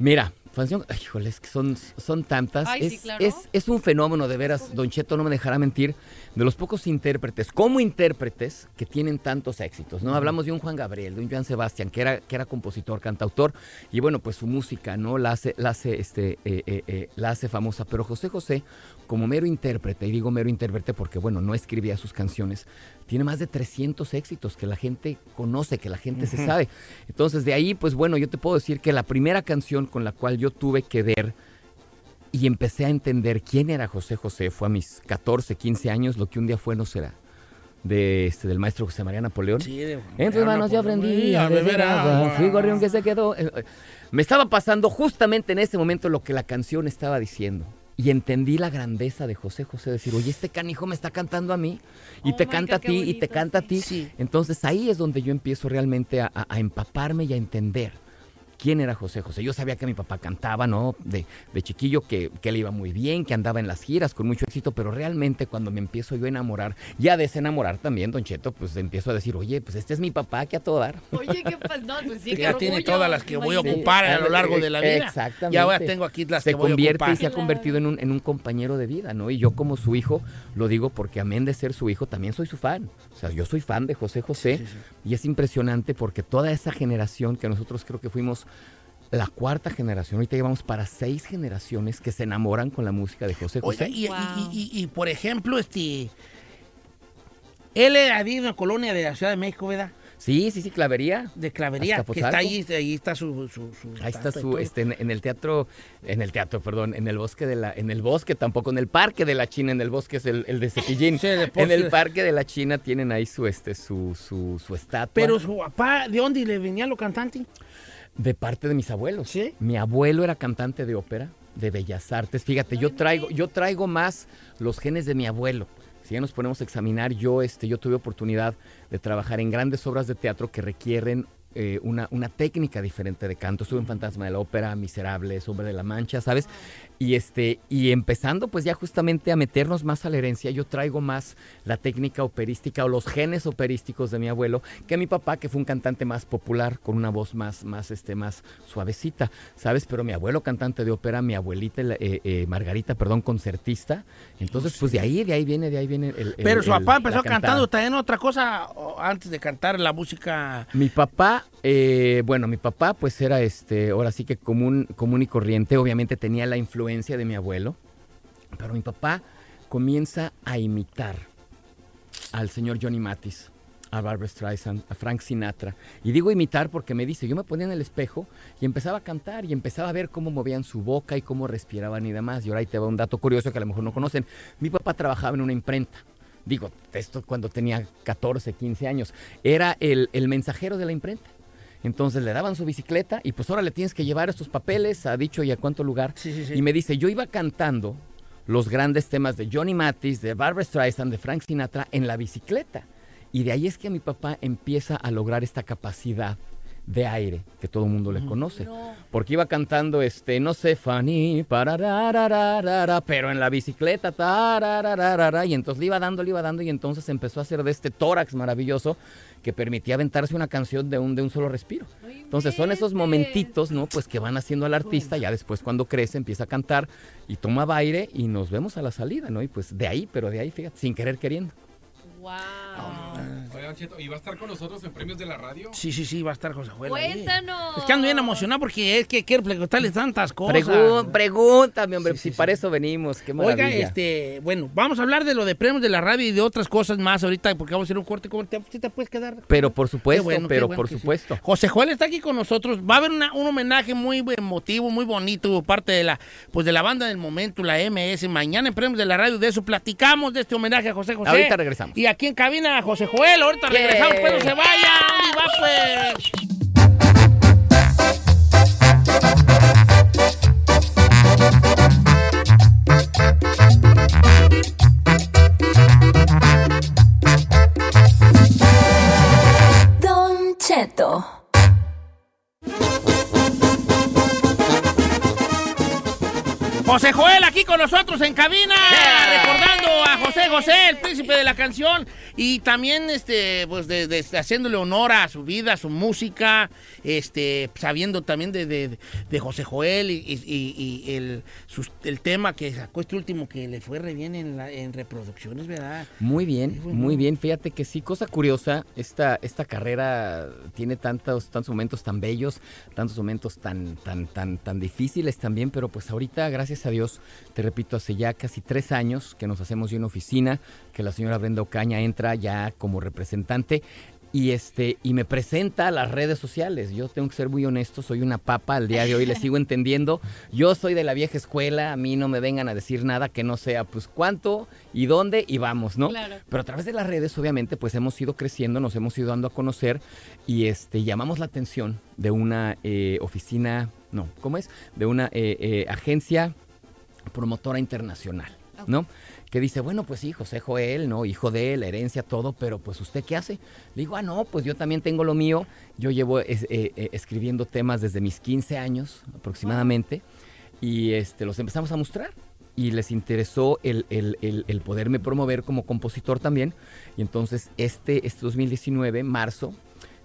Speaker 6: Mira, canción, ay, híjole, es que son, son tantas.
Speaker 1: Ay,
Speaker 6: es,
Speaker 1: sí, claro.
Speaker 6: es- es un fenómeno, de veras, Don Cheto no me dejará mentir, de los pocos intérpretes, como intérpretes, que tienen tantos éxitos, ¿no? Hablamos de un Juan Gabriel, de un Joan Sebastián, que era, que era compositor, cantautor, y bueno, pues su música, ¿no? La hace, la hace, este, eh, eh, eh, la hace famosa. Pero José José, como mero intérprete, y digo mero intérprete porque, bueno, no escribía sus canciones, tiene más de 300 éxitos que la gente conoce, que la gente se
Speaker 8: Ujú.
Speaker 6: sabe. Entonces, de ahí, pues bueno, yo te puedo decir que la primera canción con la cual yo tuve que ver y empecé a entender quién era José José fue a mis 14, 15 años, lo que un día fue no será. De, este, del maestro José María Napoleón.
Speaker 1: Sí, de-
Speaker 6: en tus manos yo aprendí
Speaker 1: Sí, a
Speaker 6: a beber
Speaker 1: beber
Speaker 6: agua.
Speaker 1: agua.
Speaker 6: Fui gorrión que se quedó. Eh, eh, Me estaba pasando justamente en ese momento lo que la canción estaba diciendo. Y entendí la grandeza de José José. Decir, oye, este canijo me está cantando a mí. Y te
Speaker 8: Oh my
Speaker 6: canta a
Speaker 8: God, qué
Speaker 6: ti, y te
Speaker 8: bonito,
Speaker 6: canta a ti. Entonces ahí es donde yo empiezo realmente a- a- a empaparme y a entender quién era José José. Yo sabía que mi papá cantaba, ¿no? De, de chiquillo, que, que le iba muy bien, que andaba en las giras con mucho éxito, pero realmente cuando me empiezo yo a enamorar, y a desenamorar también, Don Cheto, pues empiezo a decir, oye, pues este es mi papá, que a todo dar.
Speaker 2: Oye, qué pas- No, pues sí,
Speaker 1: Que
Speaker 2: qué
Speaker 1: ya tiene
Speaker 2: orgullo,
Speaker 1: todas las que voy a
Speaker 2: imagínate.
Speaker 1: ocupar a lo largo de la vida.
Speaker 6: eh, Exactamente.
Speaker 1: Y ahora tengo aquí las
Speaker 6: Se
Speaker 1: que voy a
Speaker 6: convierte
Speaker 1: ocupar.
Speaker 6: y se ha convertido en un, en un compañero de vida, ¿no? Y yo como su hijo, lo digo porque amén de ser su hijo, también soy su fan. O sea, yo soy fan de José José y es impresionante porque toda esa generación que nosotros creo que fuimos la cuarta generación, ahorita llevamos para seis generaciones que se enamoran con la música de José José.
Speaker 1: Oiga, y, y- y- y- y, por ejemplo, este. Él era de una colonia de la Ciudad de México, ¿verdad?
Speaker 6: Sí, sí, sí, Clavería.
Speaker 1: De Clavería, que
Speaker 6: Azcapotzalco.
Speaker 1: está ahí, ahí está su. su- su
Speaker 6: Ahí está
Speaker 1: tanto y
Speaker 6: su,
Speaker 1: todo.
Speaker 6: este, en, en el teatro, en el teatro, perdón, en el bosque de la, en el bosque tampoco, en el parque de la China, en el bosque es el, el de Cepillín. en el parque de la China tienen ahí su, este, su, su, su estatua.
Speaker 1: Pero su papá, ¿de dónde le venía lo cantante?
Speaker 6: De parte de mis abuelos. Mi abuelo era cantante de ópera, de bellas artes. Fíjate, yo traigo, yo traigo más los genes de mi abuelo. Si ya nos ponemos a examinar, yo, este, yo tuve oportunidad de trabajar en grandes obras de teatro que requieren eh, una, una técnica diferente de canto. Estuve en Fantasma de la Ópera, Miserables, Hombre de la Mancha, ¿sabes? Y, este, y empezando pues ya justamente a meternos más a la herencia, yo traigo más la técnica operística o los genes operísticos de mi abuelo que mi papá, que fue un cantante más popular, con una voz más, más, este, más suavecita, ¿sabes? Pero mi abuelo cantante de ópera, mi abuelita, la- eh, eh, Margarita, perdón, concertista. Entonces, pues de ahí, de ahí viene, de ahí viene el... el-
Speaker 1: Oh, Pero su
Speaker 6: el-
Speaker 1: papá
Speaker 6: la
Speaker 1: empezó
Speaker 6: cantada.
Speaker 1: cantando también otra cosa o- antes de cantar la música.
Speaker 6: Mi papá, eh, bueno, mi papá pues era este, ahora sí que común, común y corriente, obviamente tenía la influencia de mi abuelo, pero mi papá comienza a imitar al señor Johnny Matis, a Barbra Streisand, a Frank Sinatra. Y digo imitar porque me dice, yo me ponía en el espejo y empezaba a cantar y empezaba a ver cómo movían su boca y cómo respiraban y demás. Y ahora ahí te va un dato curioso que a lo mejor no conocen. Mi papá trabajaba en una imprenta. Digo, esto cuando tenía 14, 15 años. Era el, el mensajero de la imprenta. Entonces le daban su bicicleta y pues ahora le tienes que llevar estos papeles a dicho y a cuánto lugar.
Speaker 1: sí.
Speaker 6: Y me dice, yo iba cantando los grandes temas de Johnny Mathis, de Barbra Streisand, de Frank Sinatra en la bicicleta. Y de ahí es que mi papá empieza a lograr esta capacidad de aire que todo el mundo le conoce. Porque iba cantando este, no sé, Fanny, parararararara, pero en la bicicleta, tararararara, y entonces le iba dando, le iba dando, y entonces empezó a hacer de este tórax maravilloso que permitía aventarse una canción de un, de un solo respiro. Entonces son esos momentitos, ¿no? Pues que van haciendo al artista, ya después cuando crece empieza a cantar y toma aire y nos vemos a la salida, ¿no? Y pues de ahí, pero de ahí, fíjate, sin querer queriendo.
Speaker 8: Oye, Don Cheto, ¿y va a estar con nosotros en premios de la radio?
Speaker 1: Sí, sí, sí, va a estar con su abuela. ahí.
Speaker 2: Cuéntanos.
Speaker 1: Es que ando bien emocionado porque es que quiero preguntarles tantas cosas.
Speaker 6: Pregú- pregúntame, hombre, si para eso venimos, qué maravilla.
Speaker 1: Oiga, este, bueno, vamos a hablar de lo de premios de la radio y de otras cosas más ahorita porque vamos a hacer un corte. ¿Cómo te, sí te puedes quedar?
Speaker 6: Pero por
Speaker 1: Qué
Speaker 6: supuesto,
Speaker 1: bueno, qué
Speaker 6: pero
Speaker 1: bueno
Speaker 6: por
Speaker 1: que sí.
Speaker 6: supuesto.
Speaker 1: José Joel está aquí con nosotros. Va a haber una- un homenaje muy emotivo, muy bonito por parte de la, pues de la banda del momento, la MS. Mañana en premios de la radio de eso platicamos de este homenaje a José José.
Speaker 6: Ahorita regresamos.
Speaker 1: Y aquí en cabina José Joel. Ahorita regresamos, pero no se vaya. ¿Dónde va pues?
Speaker 7: Don Cheto.
Speaker 1: José Joel aquí con nosotros en cabina, recordando a José José, el príncipe de la canción, y también este, pues de- de- haciéndole honor a su vida, a su música, este, sabiendo también de, de- de José Joel y, y- y- y el, sus- el tema que sacó este último que le fue re bien en, la- en reproducciones, ¿verdad?
Speaker 6: Muy bien,
Speaker 1: bueno.
Speaker 6: muy bien. Fíjate que sí, cosa curiosa, esta, esta carrera tiene tantos, tantos momentos tan bellos, tantos momentos tan, tan, tan, tan difíciles también, pero pues ahorita, gracias a Dios, te repito, hace ya casi tres años que nos hacemos de una oficina, que la señora Brenda Ocaña entra ya como representante. Y, este, y me presenta a las redes sociales. Yo tengo que ser muy honesto, soy una papa al día de hoy, le sigo entendiendo. Yo soy de la vieja escuela, a mí no me vengan a decir nada que no sea, pues cuánto y dónde y vamos, ¿no?
Speaker 9: Claro.
Speaker 6: Pero a través de las redes, obviamente, pues hemos ido creciendo, nos hemos ido dando a conocer y este, llamamos la atención de una eh, oficina, no, ¿cómo es? De una eh, eh, agencia promotora internacional, ¿no? Que dice, bueno, pues sí, José Joel, ¿no? Hijo de él, herencia, todo, pero pues usted qué hace? Le digo, ah, no, pues yo también tengo lo mío. Yo llevo es- eh, eh, escribiendo temas desde mis 15 años aproximadamente y este, los empezamos a mostrar. Y les interesó el, el- el- el poderme promover como compositor también. Y entonces este, este 2019, marzo,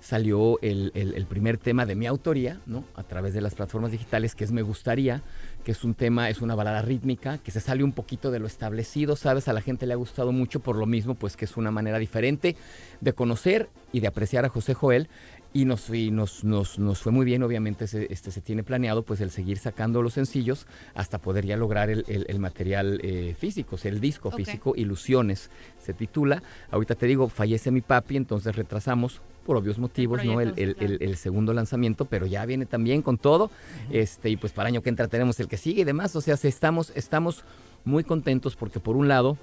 Speaker 6: salió el, el- el primer tema de mi autoría, ¿no? A través de las plataformas digitales, que es Me Gustaría, que es un tema, es una balada rítmica, que se sale un poquito de lo establecido, ¿sabes? A la gente le ha gustado mucho por lo mismo, pues que es una manera diferente de conocer y de apreciar a José Joel. Y nos, y nos, nos- nos fue muy bien, obviamente se, este, se tiene planeado pues el seguir sacando los sencillos hasta poder ya lograr el, el- el material eh, físico, o sea, el disco
Speaker 10: Ok.
Speaker 6: físico Ilusiones se titula. Ahorita te digo, fallece mi papi, entonces retrasamos por obvios motivos, ¿no? El, el- el- el segundo lanzamiento, pero ya viene también con todo. Este, y pues para año que entra tenemos el que sigue y demás. O sea, se- estamos, estamos muy contentos porque por un lado,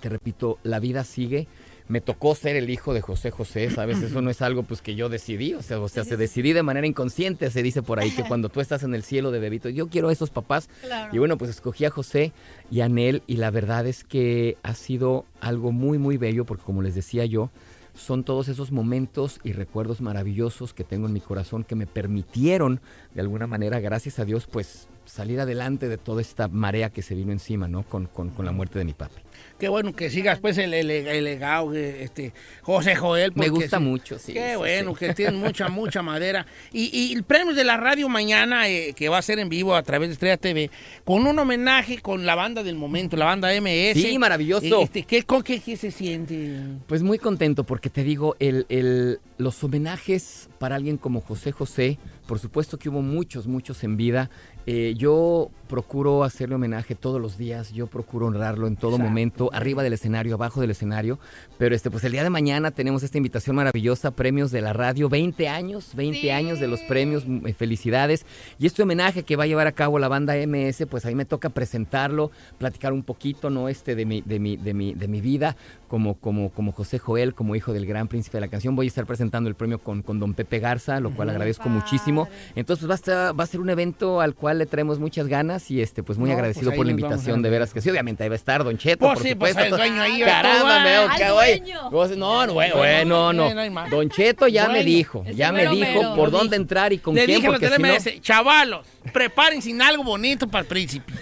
Speaker 6: te repito, la vida sigue. Me tocó ser el hijo de José José, ¿sabes? Eso no es algo pues que yo decidí, o sea, o sea, se decidí de manera inconsciente, se dice por ahí que cuando tú estás en el cielo de bebito, yo quiero a esos papás.
Speaker 10: Claro.
Speaker 6: Y bueno, pues escogí a José y a Nel y la verdad es que ha sido algo muy muy bello porque como les decía yo, son todos esos momentos y recuerdos maravillosos que tengo en mi corazón que me permitieron de alguna manera, gracias a Dios, pues salir adelante de toda esta marea que se vino encima, ¿no? Con, con, con la muerte de mi papi.
Speaker 1: Qué bueno que sigas pues el, el- el legado de este, José Joel.
Speaker 6: Me
Speaker 1: porque
Speaker 6: gusta
Speaker 1: sí.
Speaker 6: mucho, sí.
Speaker 1: Qué
Speaker 6: sí,
Speaker 1: bueno,
Speaker 6: sí.
Speaker 1: que tienen mucha, mucha madera. Y, y el premio de la radio mañana, eh, que va a ser en vivo a través de Estrella TV, con un homenaje con la banda del momento, la banda MS.
Speaker 6: Sí, maravilloso.
Speaker 1: Eh, Este, ¿qué, con qué, qué se siente?
Speaker 6: Pues muy contento porque te digo, el, el- los homenajes para alguien como José José, por supuesto que hubo muchos, muchos en vida. Eh, yo procuro hacerle homenaje todos los días, yo procuro honrarlo en todo momento, arriba del escenario, abajo del escenario. Pero este, pues el día de mañana tenemos esta invitación maravillosa, premios de la radio, 20 años, 20 años de los premios, m- eh, felicidades. Y este homenaje que va a llevar a cabo la banda MS, pues ahí me toca presentarlo, platicar un poquito, ¿no? Este de mi, de mi, de mi, de mi vida, como, como, como José Joel, como hijo del gran príncipe de la canción. Voy a estar presentando presentando el premio con, con don Pepe Garza, lo cual agradezco muchísimo. Entonces pues, va, a estar- va a ser un evento al cual le traemos muchas ganas y este pues muy
Speaker 1: No,
Speaker 6: agradecido
Speaker 1: pues, ahí
Speaker 6: por la
Speaker 1: nos vamos a
Speaker 6: invitación, de
Speaker 1: ver.
Speaker 6: veras que sí. Obviamente ahí va a estar don Cheto,
Speaker 1: Pues
Speaker 6: por
Speaker 1: sí, pues
Speaker 6: supuesto.
Speaker 1: el dueño ahí.
Speaker 6: Caramba, veo
Speaker 1: Ay,
Speaker 6: que
Speaker 1: güey.
Speaker 6: Vos- No, no, güey, güey, no, no.
Speaker 1: No hay más.
Speaker 6: Don Cheto ya
Speaker 1: Dueño.
Speaker 6: me dijo,
Speaker 1: Es
Speaker 6: ya
Speaker 1: el
Speaker 6: me
Speaker 1: mero,
Speaker 6: dijo
Speaker 1: mero.
Speaker 6: por
Speaker 1: Lo
Speaker 6: dónde entrar y con
Speaker 1: Le
Speaker 6: quién,
Speaker 1: dije a los
Speaker 6: porque si no...
Speaker 1: TLMS, chavalos, prepárense en algo bonito para el príncipe.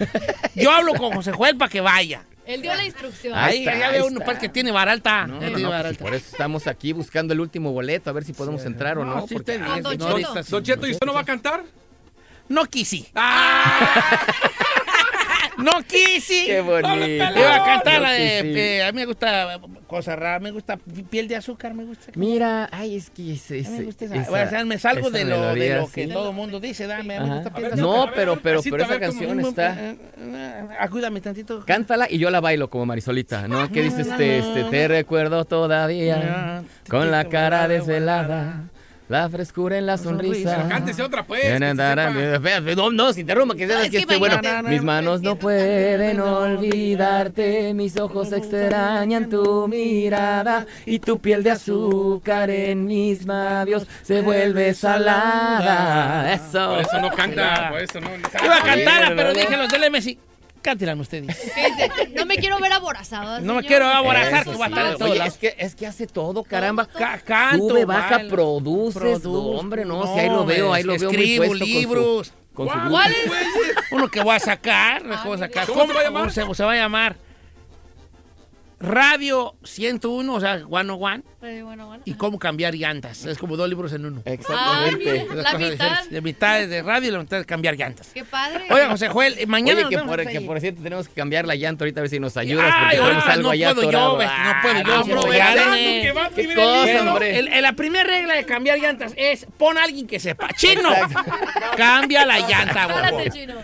Speaker 1: Yo hablo con José Juel para que vaya.
Speaker 2: Él dio la instrucción.
Speaker 6: Ahí
Speaker 1: Ahí,
Speaker 6: está,
Speaker 1: ya
Speaker 6: ahí
Speaker 1: veo uno
Speaker 6: está.
Speaker 1: pues, que tiene baralta.
Speaker 6: No, no, pues, por eso estamos aquí buscando el último boleto, a ver si podemos entrar o no.
Speaker 1: sí te
Speaker 6: porque-
Speaker 1: dije,
Speaker 8: ah, Don
Speaker 1: ah, no,
Speaker 8: Cheto.
Speaker 1: ahorita sí.
Speaker 8: Don Cheto, ¿y usted no va a cantar? Ah.
Speaker 1: No quisí. no quisí.
Speaker 8: Qué bonito.
Speaker 1: Hola, pelado. Iba a cantar la
Speaker 6: No
Speaker 1: de-
Speaker 6: quisí.
Speaker 1: eh, a mí me gusta cosa rara, me gusta piel de azúcar, me gusta.
Speaker 6: Mira, ay, es que es,
Speaker 1: A mí me gusta esa-
Speaker 6: esa-
Speaker 1: o sea, me salgo
Speaker 6: esa
Speaker 1: de lo, de
Speaker 6: melodía,
Speaker 1: lo que
Speaker 6: sí.
Speaker 1: todo el mundo dice, dame,
Speaker 6: Ajá.
Speaker 1: me gusta piel de
Speaker 6: No,
Speaker 1: azúcar.
Speaker 6: pero- pero- pero esa canción está-
Speaker 8: eh,
Speaker 1: Ayúdame tantito.
Speaker 6: Cántala y yo la bailo como Marisolita, ¿no? ¿Qué dice este? este te recuerdo todavía con la cara desvelada, la frescura en la sonrisa.
Speaker 8: Pero cántese otra, pues. que se sepa. Ah,
Speaker 6: No, no, se interrumpa, que
Speaker 8: es
Speaker 6: sepas que
Speaker 8: que
Speaker 6: estoy bueno.
Speaker 8: imagínate.
Speaker 6: Mis manos no pueden olvidarte, mis ojos extrañan tu mirada y tu piel de azúcar en mis labios se vuelve salada. Eso.
Speaker 8: Por eso no canta, por eso no.
Speaker 1: Iba a cantarla,
Speaker 6: Sí,
Speaker 1: pero
Speaker 6: ¿verdad?
Speaker 1: dije a los del MSI, cántenla ustedes.
Speaker 2: ¿Qué dice? No me quiero ver aborazada.
Speaker 1: No me
Speaker 2: señor.
Speaker 1: quiero aborazar,
Speaker 6: Eso
Speaker 1: que va a
Speaker 6: sí.
Speaker 1: estar en todos
Speaker 6: Oye,
Speaker 1: lados.
Speaker 6: es que, es que hace todo, caramba.
Speaker 1: Ca- canto,
Speaker 6: Sube, baja,
Speaker 1: baila,
Speaker 6: produce.
Speaker 1: produzco.
Speaker 6: Hombre, no, si ahí lo veo, ahí lo veo muy
Speaker 1: escribo
Speaker 6: puesto con su-
Speaker 1: libros.
Speaker 6: con su
Speaker 1: ¿Cuál-
Speaker 6: grupo.
Speaker 1: cuál es? Uno que voy a sacar, lo que voy a sacar.
Speaker 8: Ah, ¿Cómo se va a llamar?
Speaker 1: Se, se va a llamar Radio 101, o sea, 101.
Speaker 2: Pero bueno, bueno.
Speaker 1: Y cómo cambiar llantas. Es como dos libros en uno.
Speaker 6: Eh.
Speaker 2: Exactamente. Ah, mira, la
Speaker 1: Las cosas
Speaker 2: mitad.
Speaker 1: diferentes. La mitad es de radio y la mitad es cambiar llantas.
Speaker 2: Qué padre.
Speaker 1: Oiga, José Joel, eh, mañana
Speaker 6: Oye, que
Speaker 1: nos vemos
Speaker 6: por, que
Speaker 1: ahí.
Speaker 6: por cierto tenemos que cambiar la llanta ahorita a ver si nos ayudas porque
Speaker 1: Ay,
Speaker 6: tenemos
Speaker 1: ahora,
Speaker 6: algo
Speaker 1: no
Speaker 6: allá
Speaker 1: puedo yo,
Speaker 6: atorado.
Speaker 1: ves, no
Speaker 6: Ah,
Speaker 1: puedo yo,
Speaker 6: no,
Speaker 5: Pues,
Speaker 1: bro,
Speaker 6: regálame.
Speaker 1: que va a
Speaker 6: ¿Qué
Speaker 1: vivir
Speaker 6: cosa,
Speaker 1: el-
Speaker 6: hombre?
Speaker 1: el- el- La primera regla de cambiar llantas es pon a alguien que sepa. ¡Chino! Cambia la llanta, por favor.
Speaker 2: Cálate, chino.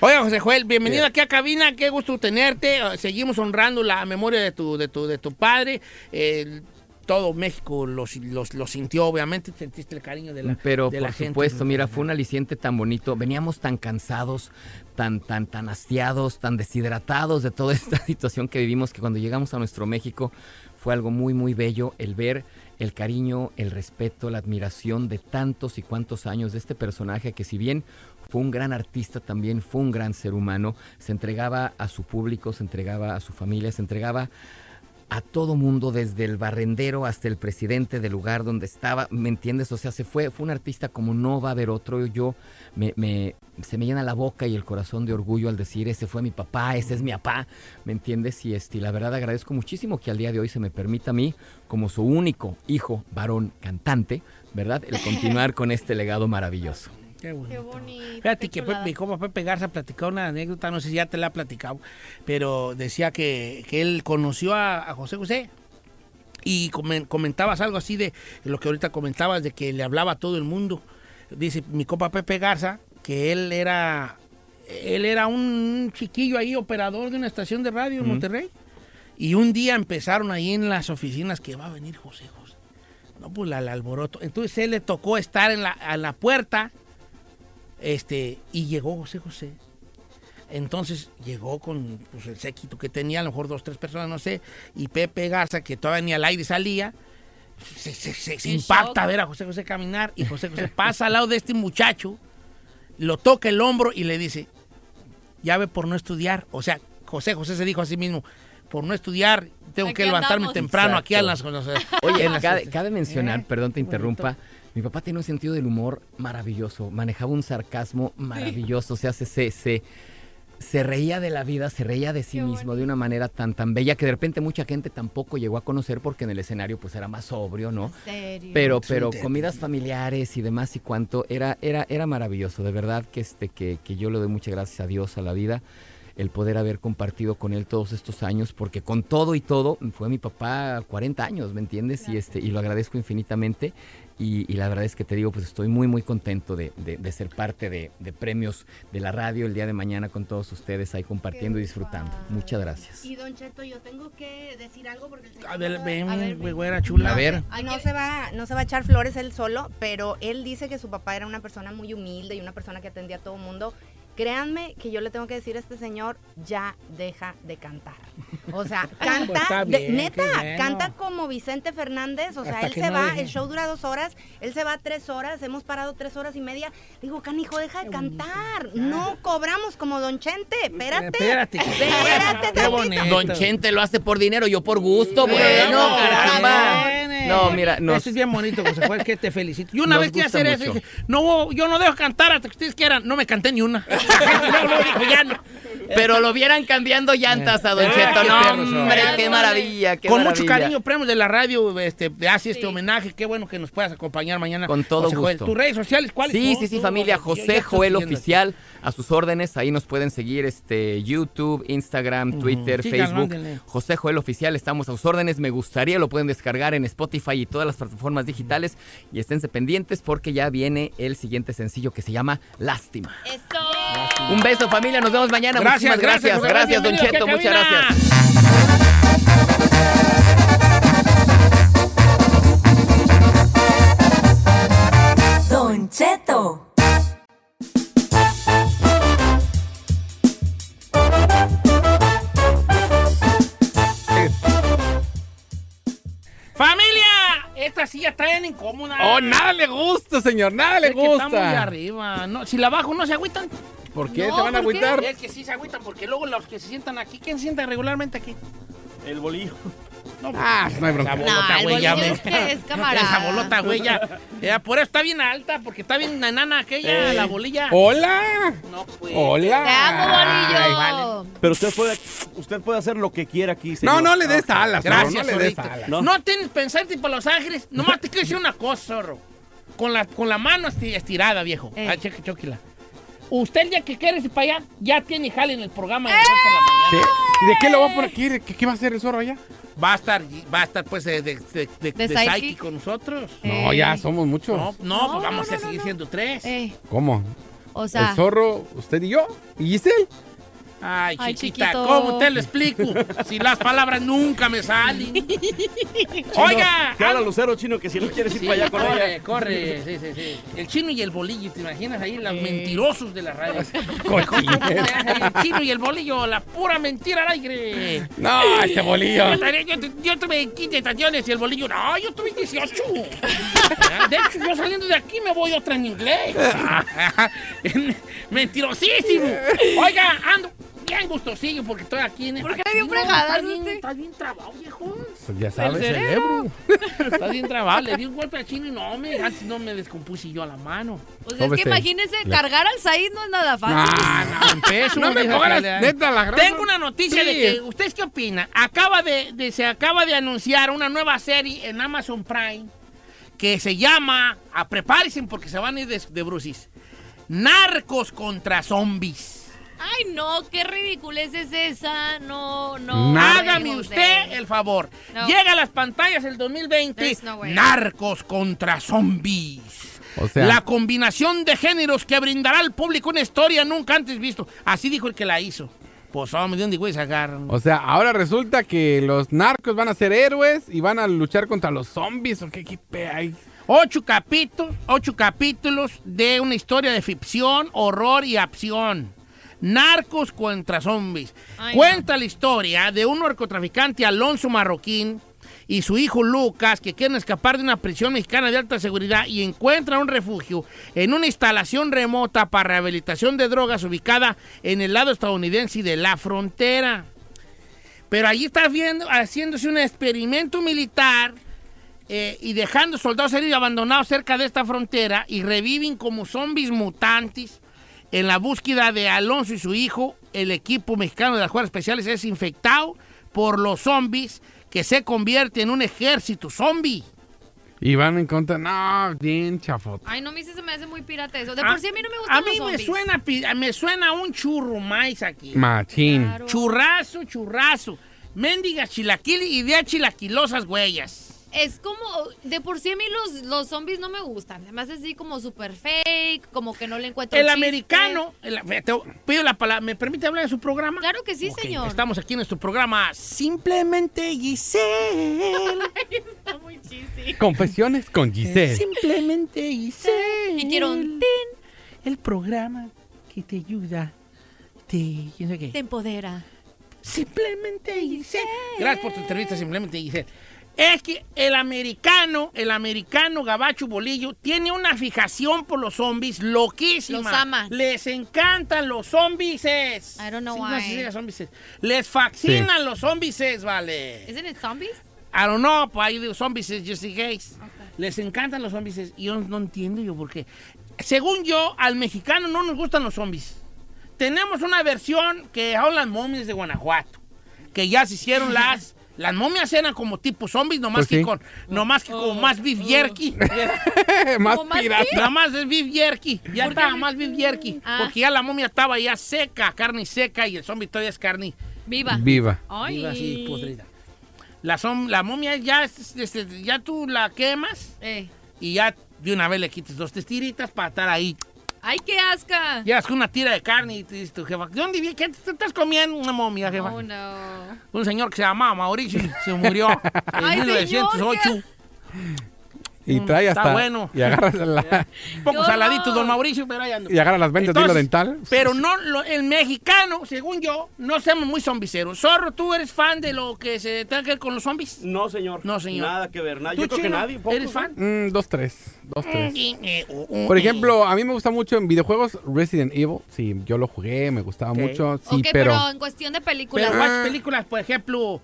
Speaker 1: Oiga, José Joel, bienvenido aquí a cabina, qué gusto tenerte. Eh, Seguimos honrando la memoria de tu, de tu, de tu padre. Eh, todo México los, los, lo sintió, obviamente, sentiste el cariño de la,
Speaker 6: Pero
Speaker 1: de
Speaker 6: por
Speaker 1: la gente.
Speaker 6: supuesto, mira, fue un aliciente tan bonito. Veníamos tan cansados, tan, tan, tan hastiados, tan deshidratados de toda esta situación que vivimos que cuando llegamos a nuestro México fue algo muy, muy bello el ver el cariño, el respeto, la admiración de tantos y cuantos años de este personaje que si bien fue un gran artista también, fue un gran ser humano, se entregaba a su público, se entregaba a su familia, se entregaba a todo mundo, desde el barrendero hasta el presidente del lugar donde estaba, ¿me entiendes? O sea, se fue, fue un artista como no va a haber otro. Yo me, me- se me llena la boca y el corazón de orgullo al decir, ese fue mi papá, ese es mi papá, ¿me entiendes? Y este, y la verdad agradezco muchísimo que al día de hoy se me permita a mí, como su único hijo varón cantante, ¿verdad? El continuar con este legado maravilloso.
Speaker 1: Qué bonito.
Speaker 2: bonito,
Speaker 1: Fíjate que
Speaker 2: qué chulada.
Speaker 1: Pepe, como Pepe Garza platicó una anécdota, no sé si ya te la ha platicado, pero decía que, que él conoció a, a José José y comen- comentabas algo así de lo que ahorita comentabas, de que le hablaba a todo el mundo. Dice mi copa Pepe Garza que él era, él era un chiquillo ahí, operador de una estación de radio en
Speaker 6: Ujú.
Speaker 1: Monterrey. Y un día empezaron ahí en las oficinas que va a venir José José. No, pues la- el alboroto. Entonces él le tocó estar en la, a la puerta este, y llegó José José. Entonces llegó con pues, el séquito que tenía, a lo mejor dos, tres personas, no sé, y Pepe Garza, que todavía ni al aire salía, se, se- se- se
Speaker 6: En
Speaker 1: impacta
Speaker 6: shock.
Speaker 1: ver a José José caminar y José José pasa al lado de este muchacho, lo toca el hombro y le dice, ya ve por no estudiar. O sea, José José se dijo a sí mismo, por no estudiar, tengo
Speaker 6: Aquí
Speaker 1: que levantarme
Speaker 6: andamos.
Speaker 1: temprano aquí a las... Eh,
Speaker 6: Exacto.
Speaker 1: Oye,
Speaker 6: Oye, cabe, cabe mencionar,
Speaker 9: Eh,
Speaker 6: perdón te interrumpa, mi papá tenía un sentido del humor maravilloso, manejaba un sarcasmo maravilloso, o sea, se, se, se, se reía de la vida, se reía de sí mismo de una manera tan, tan bella que de repente mucha gente tampoco llegó a conocer porque en el escenario pues era más sobrio, ¿no?
Speaker 2: serio?
Speaker 6: Pero,
Speaker 2: Sí,
Speaker 6: pero
Speaker 2: te-
Speaker 6: comidas familiares y demás y cuanto, era, era, era maravilloso, de verdad que, este, que, que yo le doy muchas gracias a Dios, a la vida, el poder haber compartido con él todos estos años, porque con todo y todo fue mi papá 40 años, ¿me entiendes? Y, este, y lo agradezco infinitamente. Y, y la verdad es que te digo, pues estoy muy, muy contento de, de- de ser parte de, de premios de la radio el día de mañana con todos ustedes ahí compartiendo y disfrutando. Muchas gracias.
Speaker 9: Y don Cheto, yo tengo que decir algo porque el señor
Speaker 1: A ver,
Speaker 9: no-
Speaker 1: ven,
Speaker 9: a ver,
Speaker 1: güey, güera chula.
Speaker 6: A ver.
Speaker 9: no se va, no se va a echar flores él solo, pero él dice que su papá era una persona muy humilde y una persona que atendía a todo mundo Créanme que yo le tengo que decir a este señor, ya deja de cantar. O sea,
Speaker 1: Pues
Speaker 9: canta,
Speaker 1: está
Speaker 9: de-
Speaker 1: bien,
Speaker 9: neta,
Speaker 1: qué bueno.
Speaker 9: canta como Vicente Fernández. O sea,
Speaker 1: Hasta
Speaker 9: él
Speaker 1: que
Speaker 9: se
Speaker 1: no
Speaker 9: va,
Speaker 1: deje.
Speaker 9: el show dura dos horas, él se va tres horas, hemos parado tres horas y media. Digo, canijo, deja de cantar. No cobramos como Don Chente, espérate.
Speaker 6: Espérate.
Speaker 9: Espérate,
Speaker 6: Qué bonito. Don Chente lo hace por dinero, yo por gusto. Bueno, caramba. No, mira, no.
Speaker 1: Eso es bien bonito, José Juárez, que te felicito. Yo una
Speaker 6: Nos
Speaker 1: vez quise
Speaker 6: gusta
Speaker 1: hacer
Speaker 6: mucho.
Speaker 1: eso, dije, no, yo no dejo cantar hasta que ustedes quieran. No me canté ni una. no, no, dijo, ya no.
Speaker 6: Pero lo vieran cambiando llantas a Don
Speaker 1: Ah,
Speaker 6: Cheto.
Speaker 1: qué
Speaker 6: No,
Speaker 1: perros,
Speaker 6: hombre,
Speaker 1: hombre.
Speaker 6: qué maravilla. qué
Speaker 1: Con mucho
Speaker 6: maravilla.
Speaker 1: cariño, premios de la radio, este, te hace este homenaje. Qué bueno que nos puedas acompañar mañana.
Speaker 6: Con todo
Speaker 1: José Joel.
Speaker 6: gusto.
Speaker 1: ¿Tus redes sociales cuáles
Speaker 6: Sí,
Speaker 1: son?
Speaker 6: sí, sí,
Speaker 1: Tú,
Speaker 6: familia.
Speaker 1: José, yo ya
Speaker 6: José
Speaker 1: estoy
Speaker 6: Joel
Speaker 1: siguiendo.
Speaker 6: Oficial, a sus órdenes. Ahí nos pueden seguir este YouTube, Instagram, Twitter,
Speaker 1: Sí,
Speaker 6: Facebook.
Speaker 1: mándenle.
Speaker 6: José Joel Oficial, estamos a sus órdenes. Me gustaría, lo pueden descargar en Spotify y todas las plataformas digitales. Y esténse pendientes porque ya viene el siguiente sencillo que se llama Lástima. Un beso, familia. Nos vemos mañana.
Speaker 1: Gracias,
Speaker 6: Muchísimas
Speaker 1: gracias,
Speaker 6: gracias.
Speaker 1: José Joel.
Speaker 6: Gracias, Don
Speaker 1: Bienvenido
Speaker 6: Cheto.
Speaker 1: aquí a
Speaker 6: Muchas
Speaker 1: cabina.
Speaker 6: gracias.
Speaker 7: Don Cheto.
Speaker 1: ¡Familia! Esta silla está bien incómoda.
Speaker 3: Oh, nada le gusta, señor, nada le
Speaker 1: Es ah. que está muy
Speaker 3: gusta.
Speaker 1: arriba. No, si la bajo, ¿no se agüitan?
Speaker 3: ¿Por qué?
Speaker 1: No,
Speaker 3: ¿Te van a
Speaker 1: ¿por qué?
Speaker 3: agüitar?
Speaker 1: Es que sí se agüitan, porque luego los que se sientan aquí, ¿quién se sienta regularmente aquí? El bolillo. No,
Speaker 3: Ah, no hay bronca.
Speaker 1: La bolota,
Speaker 3: No, el
Speaker 1: güey, ya
Speaker 3: bolillo
Speaker 1: me-
Speaker 3: es que es camarada.
Speaker 1: Esa bolota, güey, ya. Ya, Por eso está bien alta, porque está bien nanana aquella,
Speaker 3: Eh.
Speaker 1: la bolilla.
Speaker 3: ¡Hola!
Speaker 1: No, pues.
Speaker 3: ¡Hola!
Speaker 1: Te amo, bolillo.
Speaker 3: Ay,
Speaker 5: Pero usted puede, usted puede hacer lo que quiera aquí,
Speaker 3: No,
Speaker 5: señor.
Speaker 3: no le des
Speaker 5: Ah,
Speaker 3: alas,
Speaker 5: Gracias,
Speaker 3: zorro, no le des alas.
Speaker 1: No, tienes pensarte para Los Ángeles. Nomás te quiero decir una cosa, zorro. Con la, con la mano esti- estirada, viejo. Ah, cheque, choquila. Usted el día que quiere irse para allá, ya tiene jale en el programa. de las ocho de la mañana.
Speaker 3: ¿Qué? ¿Y de qué lo va a poner aquí? ¿De ¿Qué, qué va a hacer el zorro allá?
Speaker 1: Va a estar, va a estar pues, de, de, de- de- de
Speaker 3: psychic?
Speaker 1: psychic con nosotros.
Speaker 3: No,
Speaker 6: Pues
Speaker 3: ya somos muchos.
Speaker 1: No, no, Eh. pues vamos a seguir siendo tres.
Speaker 3: ¿Cómo?
Speaker 1: o
Speaker 3: el zorro, usted y yo. ¿Y Giselle?
Speaker 1: Ay,
Speaker 3: Ay,
Speaker 1: chiquita,
Speaker 3: chiquito.
Speaker 1: ¿cómo te lo explico? si las palabras nunca me salen.
Speaker 5: Chino,
Speaker 1: Oiga, ah.
Speaker 5: Que habla Lucero Chino que si no quieres ir
Speaker 1: Sí,
Speaker 5: para allá con
Speaker 1: corre,
Speaker 5: ella.
Speaker 1: corre. Sí, sí, sí. El chino y el bolillo, ¿te imaginas ahí? Los mentirosos de la radio. el chino y el bolillo, la pura mentira al aire.
Speaker 3: No, este bolillo.
Speaker 1: Yo, tenía- yo tu- yo tuve 15 estaciones y el bolillo, no, yo tuve 18. De hecho, yo saliendo de aquí me voy otra en inglés. Mentirosísimo. Oiga, ando bien gustosillo porque estoy aquí. ¿Por qué
Speaker 2: bien
Speaker 1: fregada?
Speaker 2: fregadas,
Speaker 1: Estás bien,
Speaker 2: usted?
Speaker 1: estás bien trabado, viejo.
Speaker 3: Pues ya
Speaker 1: El
Speaker 3: sabes,
Speaker 1: cerebro.
Speaker 3: cerebro.
Speaker 1: Está bien trabado. Le di un golpe al chino y no, me, antes no me descompuse yo a la mano.
Speaker 2: Pues es que imagínese, cargar al Said no es nada fácil.
Speaker 1: Ah, no, en peso,
Speaker 3: No me
Speaker 1: dijo
Speaker 3: pongas
Speaker 1: Celia.
Speaker 3: neta la gran-
Speaker 1: Tengo una noticia
Speaker 3: Sí.
Speaker 1: de que, ¿ustedes qué opinan? Acaba de, de- se acaba de anunciar una nueva serie en Amazon Prime que se llama, a prepárense porque se van a ir de, de brucis, Narcos contra Zombies.
Speaker 2: Ay, no, qué ridiculez es esa. No, no.
Speaker 1: No.
Speaker 2: Ay,
Speaker 1: Hágame
Speaker 2: José.
Speaker 1: usted el favor.
Speaker 2: No.
Speaker 1: Llega a las pantallas el 2020.
Speaker 2: There's no way.
Speaker 1: Narcos contra zombies.
Speaker 3: O sea-
Speaker 1: la combinación de géneros que brindará al público una historia nunca antes visto. Así dijo el que la hizo. Pues hombre, ¿de dónde güey se agarran?
Speaker 3: O sea, ahora resulta que los narcos van a ser héroes y van a luchar contra los zombies. ¿O qué, qué pe- hay?
Speaker 1: Ocho capítulos, ocho capítulos de una historia de ficción, horror y acción. Narcos contra zombies.
Speaker 10: Ay,
Speaker 1: Cuenta la historia de un narcotraficante Alonso Marroquín y su hijo Lucas que quieren escapar de una prisión mexicana de alta seguridad y encuentran un refugio en una instalación remota para rehabilitación de drogas ubicada en el lado estadounidense de la frontera. Pero allí está viendo, haciéndose un experimento militar eh, y dejando soldados heridos y abandonados cerca de esta frontera y reviven como zombies mutantes en la búsqueda de Alonso y su hijo. El equipo mexicano de las Fuerzas Especiales es infectado por los zombies que se convierte en un ejército zombie.
Speaker 3: Y van en contra. No, bien chafota.
Speaker 2: Ay, no, a mí sí se me hace muy pirata eso. De
Speaker 1: Ah,
Speaker 2: por sí a mí no me gustan
Speaker 1: A mí
Speaker 2: los
Speaker 1: me
Speaker 2: zombies.
Speaker 1: suena, pi- me suena un churro más aquí.
Speaker 3: Machín.
Speaker 1: Churrazo, churrazo. Méndiga chilaquil y de chilaquilosas huellas.
Speaker 2: Es como, de por sí a mí los, los zombies no me gustan. Se me hace así como super fake, como que no le encuentro
Speaker 1: El
Speaker 2: chiste.
Speaker 1: americano, el- te pido la palabra, ¿me permite hablar de su programa? Claro que sí,
Speaker 2: señor.
Speaker 1: Estamos aquí en nuestro programa Simplemente Giselle.
Speaker 3: Confesiones con Giselle.
Speaker 1: Simplemente Giselle.
Speaker 2: Y quiero un
Speaker 1: El programa que te ayuda, te... ¿quién sabe qué?
Speaker 2: Te empodera.
Speaker 1: Simplemente hice. Gracias por tu entrevista, simplemente Giselle. Es que el americano, el americano gabacho bolillo, tiene una fijación por los zombies loquísima.
Speaker 2: Los ama.
Speaker 1: Les encantan los zombies. I
Speaker 2: don't know
Speaker 1: No sé si
Speaker 2: why.
Speaker 1: diga zombies. Les fascinan los zombies, vale.
Speaker 2: ¿Isn't it zombies?
Speaker 1: I don't know, pues ahí digo zombies just in case. Les encantan los zombies. Y yo no entiendo yo por qué. Según yo, al mexicano no nos gustan los zombies. Tenemos una versión que son las momias de Guanajuato. Que ya se hicieron las. Las momias eran como tipo zombies, nomás
Speaker 3: Pues
Speaker 1: que
Speaker 3: sí.
Speaker 1: con. Nomás que con más beef jerky.
Speaker 3: Más
Speaker 1: Nomás
Speaker 3: pirata.
Speaker 1: beef. Nomás es beef jerky. Ya estaba más beef jerky.
Speaker 2: Ah.
Speaker 1: Porque ya la momia estaba ya seca, carne seca, y el zombie todavía es carne.
Speaker 2: Viva.
Speaker 3: Viva.
Speaker 2: Ay.
Speaker 1: Viva, sí, podrida. La, som- la momia ya, es- es- es- ya tú la quemas
Speaker 2: Eh.
Speaker 1: y ya de una vez le quitas dos tres tiritas para estar ahí.
Speaker 2: Ay, qué asca.
Speaker 1: Ya es una tira de carne y te dice tu jefa, ¿de dónde vi- ¿Qué te estás comiendo una momia, jefa?
Speaker 2: Oh, no.
Speaker 1: Un señor que se llamaba Mauricio se murió
Speaker 2: Ay,
Speaker 1: en
Speaker 2: señor,
Speaker 1: 1908.
Speaker 3: Y trae hasta.
Speaker 1: Está bueno.
Speaker 3: Y agarras la-
Speaker 1: Un poco
Speaker 2: Qué
Speaker 1: saladito,
Speaker 2: horror.
Speaker 1: don Mauricio, pero ahí ando.
Speaker 3: y agarras las ventas de hilo
Speaker 1: Entonces,
Speaker 3: dental.
Speaker 1: Pero no, lo- el mexicano, según yo, no somos muy zombiceros. Zorro, ¿tú eres fan de lo que se tenga que ver con los zombies?
Speaker 5: No, señor.
Speaker 1: No, señor.
Speaker 5: Nada que ver. Nada.
Speaker 1: ¿Tú,
Speaker 5: Yo creo que
Speaker 1: Chino,
Speaker 5: nadie. pocos,
Speaker 1: ¿Eres fan?
Speaker 3: Mm, dos, tres. Dos, tres.
Speaker 1: Mm, eh, oh, oh,
Speaker 3: Por
Speaker 1: eh.
Speaker 3: ejemplo, a mí me gusta mucho en videojuegos Resident Evil. Sí, yo lo jugué, me gustaba
Speaker 1: Ok.
Speaker 3: mucho. Sí,
Speaker 2: ok,
Speaker 3: pero.
Speaker 2: pero... en cuestión de películas.
Speaker 1: Pero
Speaker 3: ah.
Speaker 1: watch películas, por ejemplo,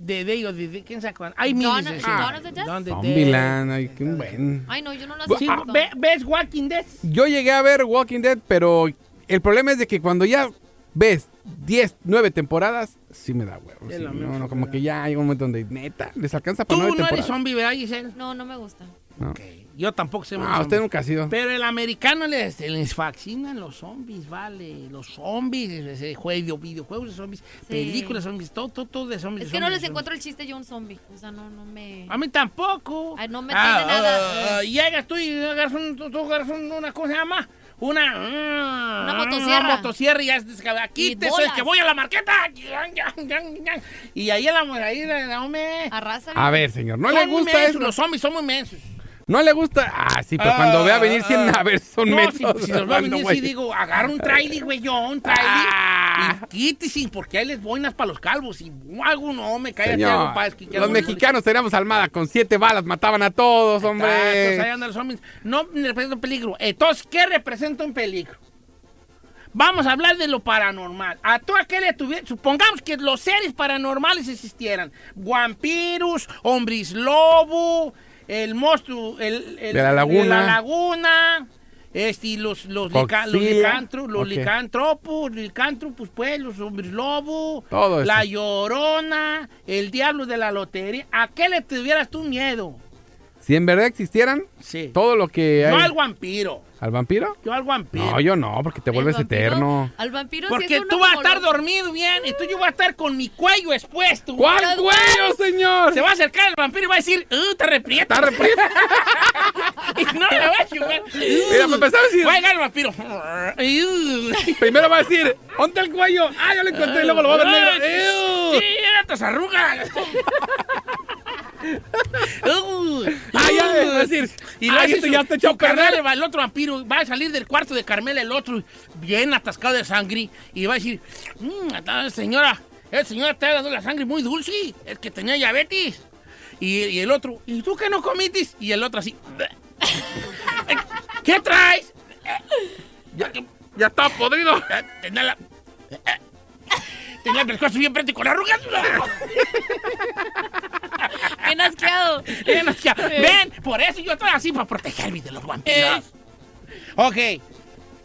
Speaker 1: de Day of the Dead, ¿quién sabe cuál? Hay
Speaker 2: Dawn-
Speaker 1: miles de
Speaker 2: Dawn of the Dead?
Speaker 1: Dawn of the Dead.
Speaker 3: Zombieland, ay, qué buen.
Speaker 2: Ay, no, yo no las
Speaker 1: Sí,
Speaker 2: he
Speaker 1: ah, ve- ¿Ves Walking Dead?
Speaker 3: Yo llegué a ver Walking Dead, pero el problema es de que cuando ya ves 10, 9 temporadas, sí me da huevo.
Speaker 1: Es
Speaker 3: sí,
Speaker 1: la
Speaker 3: no,
Speaker 1: misma
Speaker 3: no, como que ya hay un momento donde, neta, les alcanza
Speaker 1: Tú
Speaker 3: para
Speaker 1: no
Speaker 3: nueve
Speaker 1: eres
Speaker 3: temporadas.
Speaker 1: zombie, ¿verdad, Giselle?
Speaker 2: No, no me gusta.
Speaker 1: Yo tampoco sé muy
Speaker 3: Ah, usted
Speaker 1: zombie.
Speaker 3: nunca ha sido.
Speaker 1: Pero el americano les, les fascinan los zombies, vale. Los zombies, ese juego, videojuegos de zombies, películas de zombies, todo, todo, todo de zombies.
Speaker 2: Es que no
Speaker 1: zombies,
Speaker 2: les encuentro el chiste yo a un zombie. O sea, no, no me...
Speaker 1: zombies. A mí tampoco.
Speaker 2: Ay, no me
Speaker 1: Ah,
Speaker 2: tiene nada.
Speaker 1: ah, llegas tú y agarras, un, tú- tú agarras un- una cosa, se llama una, mm,
Speaker 2: Una motosierra.
Speaker 1: Una motosierra y ya es descab-
Speaker 2: Y
Speaker 1: aquí te soy
Speaker 2: bolas.
Speaker 1: el que voy a la marqueta. Y ahí la ahí la hombre.
Speaker 2: Arrasa.
Speaker 1: Ah,
Speaker 3: A ver, señor, no le
Speaker 1: Son
Speaker 3: gusta
Speaker 1: inmensos,
Speaker 3: eso.
Speaker 1: Los zombies son muy inmensos.
Speaker 3: No le gusta. Ah, sí, pero
Speaker 1: Ah,
Speaker 3: cuando vea venir 100
Speaker 1: ah,
Speaker 3: naves son
Speaker 1: no,
Speaker 3: mensos.
Speaker 1: si, si los va a venir,
Speaker 3: Armando,
Speaker 1: sí
Speaker 3: güey.
Speaker 1: digo, agarra un trailer, güey, yo, un trailer.
Speaker 3: Ah.
Speaker 1: Y quítese, porque ahí les boinas para los calvos. Y hago no, me cae
Speaker 3: Señor,
Speaker 1: algo para que- que
Speaker 3: los
Speaker 1: algo-
Speaker 3: mexicanos teníamos almada con siete balas, mataban a todos, hombre.
Speaker 1: Exacto, ahí andan los zombies. No representa un peligro. Entonces, ¿qué representa un peligro? Vamos a hablar de lo paranormal. A todo aquel que tuviera- supongamos que los seres paranormales existieran. Guampirus, hombres lobo, el monstruo, el, el-
Speaker 3: De la laguna.
Speaker 1: de la laguna, este, y los, los, lica- los
Speaker 3: Coxila.
Speaker 1: licantro- los
Speaker 3: Ok.
Speaker 1: licántropos, licántropos, pues, los hombres lobo,
Speaker 3: Todo eso.
Speaker 1: la llorona, el diablo de la lotería. ¿A qué le tuvieras tú miedo?
Speaker 3: Si en verdad existieran,
Speaker 1: Sí.
Speaker 3: todo lo que hay.
Speaker 1: Yo al vampiro.
Speaker 3: ¿Al vampiro?
Speaker 1: Yo al vampiro.
Speaker 3: No, yo no, porque te vuelves eterno.
Speaker 2: Al vampiro sí
Speaker 1: Porque
Speaker 2: es uno
Speaker 1: tú vas a
Speaker 2: como
Speaker 1: estar
Speaker 2: los-
Speaker 1: dormido bien y tú yo voy a estar con mi cuello expuesto.
Speaker 3: ¿Cuál cuello, señor?
Speaker 1: Se va a acercar el vampiro y va a decir, ¡Uh, te reprieta!
Speaker 3: Está reprieto.
Speaker 1: y no le va a chupar.
Speaker 3: Mira, para empezar a decir-
Speaker 1: Va a llegar el vampiro. ¡Uh!
Speaker 3: Primero va a decir, ¿dónde el cuello? Ah, yo lo encontré y luego lo va a ver negro.
Speaker 1: ¡Sí,
Speaker 3: ¡Ew!
Speaker 1: eran tus arrugas! ¡Uh!
Speaker 3: Ah, ya,
Speaker 1: ¡Uh!
Speaker 3: va a decir,
Speaker 1: Y lo
Speaker 3: "Ah,
Speaker 1: hace
Speaker 3: este
Speaker 1: su-
Speaker 3: ya está
Speaker 1: su
Speaker 3: hecho a perder".
Speaker 1: carnal, el otro vampiro va a salir del cuarto de Carmela, el otro bien atascado de sangre, y va a decir, "Mm, ah, señora, el señor está dando la sangre muy dulce, es que tenía diabetes. Y, y el otro, ¿y tú qué no comiste? Y el otro así, ¿qué traes? Ya, ya está podrido. Tenía la... Tenía el pescuezo bien preto y con arrugas.
Speaker 2: Bien asqueado.
Speaker 1: Ven, hacia- ven, por eso yo estoy así, para protegerme de los vampiros.
Speaker 2: Eh.
Speaker 1: Ok.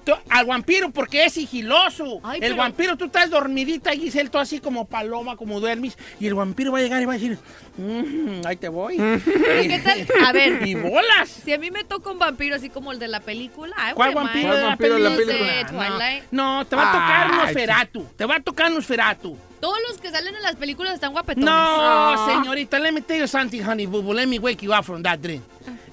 Speaker 1: Tú- al vampiro, porque es sigiloso.
Speaker 2: Ay,
Speaker 1: el
Speaker 2: pero-
Speaker 1: vampiro, tú estás dormidita, Giselle, tú así como paloma, como duermes. Y el vampiro va a llegar y va a decir, "Mm, ahí te voy.
Speaker 2: Pero qué tal- a ver.
Speaker 1: Y bolas.
Speaker 2: Si a mí me toca un vampiro así como el de la película, I
Speaker 1: ¿Cuál
Speaker 2: wouldn't mind.
Speaker 1: vampiro, de la
Speaker 3: vampiro de la
Speaker 1: película?
Speaker 2: película?
Speaker 1: No,
Speaker 2: Twilight.
Speaker 1: No, te va a tocar
Speaker 3: Ay,
Speaker 1: Nosferatu. Te va a tocar Nosferatu.
Speaker 2: Todos los que salen en las películas están guapetones. Ah,
Speaker 1: No, señorita, let me tell you something, honey boo boo. Let me wake you up from that dream.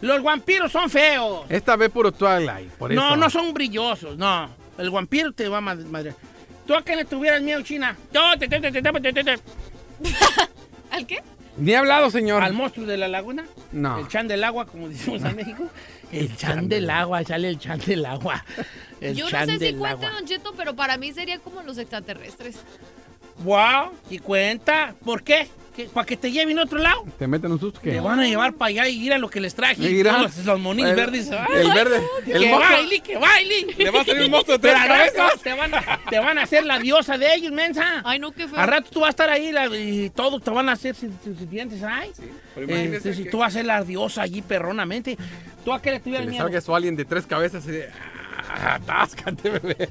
Speaker 1: Los vampiros son feos.
Speaker 3: Esta vez puro Twilight, por eso.
Speaker 1: No, no son brillosos, no. El vampiro te va a mad- madrear. ¿Tú a qué le tuvieras miedo, China? Yo te, te, te, te, te, te, te, te.
Speaker 2: ¿Al qué?
Speaker 3: Ni ha hablado, señor.
Speaker 1: ¿Al monstruo de la laguna?
Speaker 3: No.
Speaker 1: El chan del agua, como decimos en México. El chan del agua, sale el chan del agua. El
Speaker 2: Yo no
Speaker 1: chan
Speaker 2: sé si
Speaker 1: del
Speaker 2: cuenta,
Speaker 1: agua.
Speaker 2: Don Cheto, pero para mí sería como los extraterrestres.
Speaker 1: ¡Wow! ¿Y cuenta? ¿Por qué? ¿Para que te lleven a otro lado?
Speaker 3: ¿Te meten un susto? ¿Qué?
Speaker 1: Te van a llevar para allá y mira lo que les traje.
Speaker 3: Mira.
Speaker 1: Los, los monis
Speaker 3: El-
Speaker 1: verdes.
Speaker 3: el verde, el
Speaker 1: que
Speaker 3: monstruo.
Speaker 1: baile, que baile.
Speaker 3: Le va a salir un monstruo de tres
Speaker 1: Pero al rato
Speaker 3: cabezas.
Speaker 1: Te van, a- te van a hacer la diosa de ellos, mensa.
Speaker 2: Ay, no, qué feo.
Speaker 1: Al rato tú vas a estar ahí la- y todos te van a hacer sus sus dientes. Ay,
Speaker 3: pero imagínese
Speaker 1: Este, si
Speaker 3: que-
Speaker 1: tú vas a ser la diosa allí perronamente. ¿Tú a qué le
Speaker 3: Que
Speaker 1: tuvieras
Speaker 3: le
Speaker 1: miedo?
Speaker 3: salga su alien de tres cabezas y de... "Ah, Atáscate, bebé.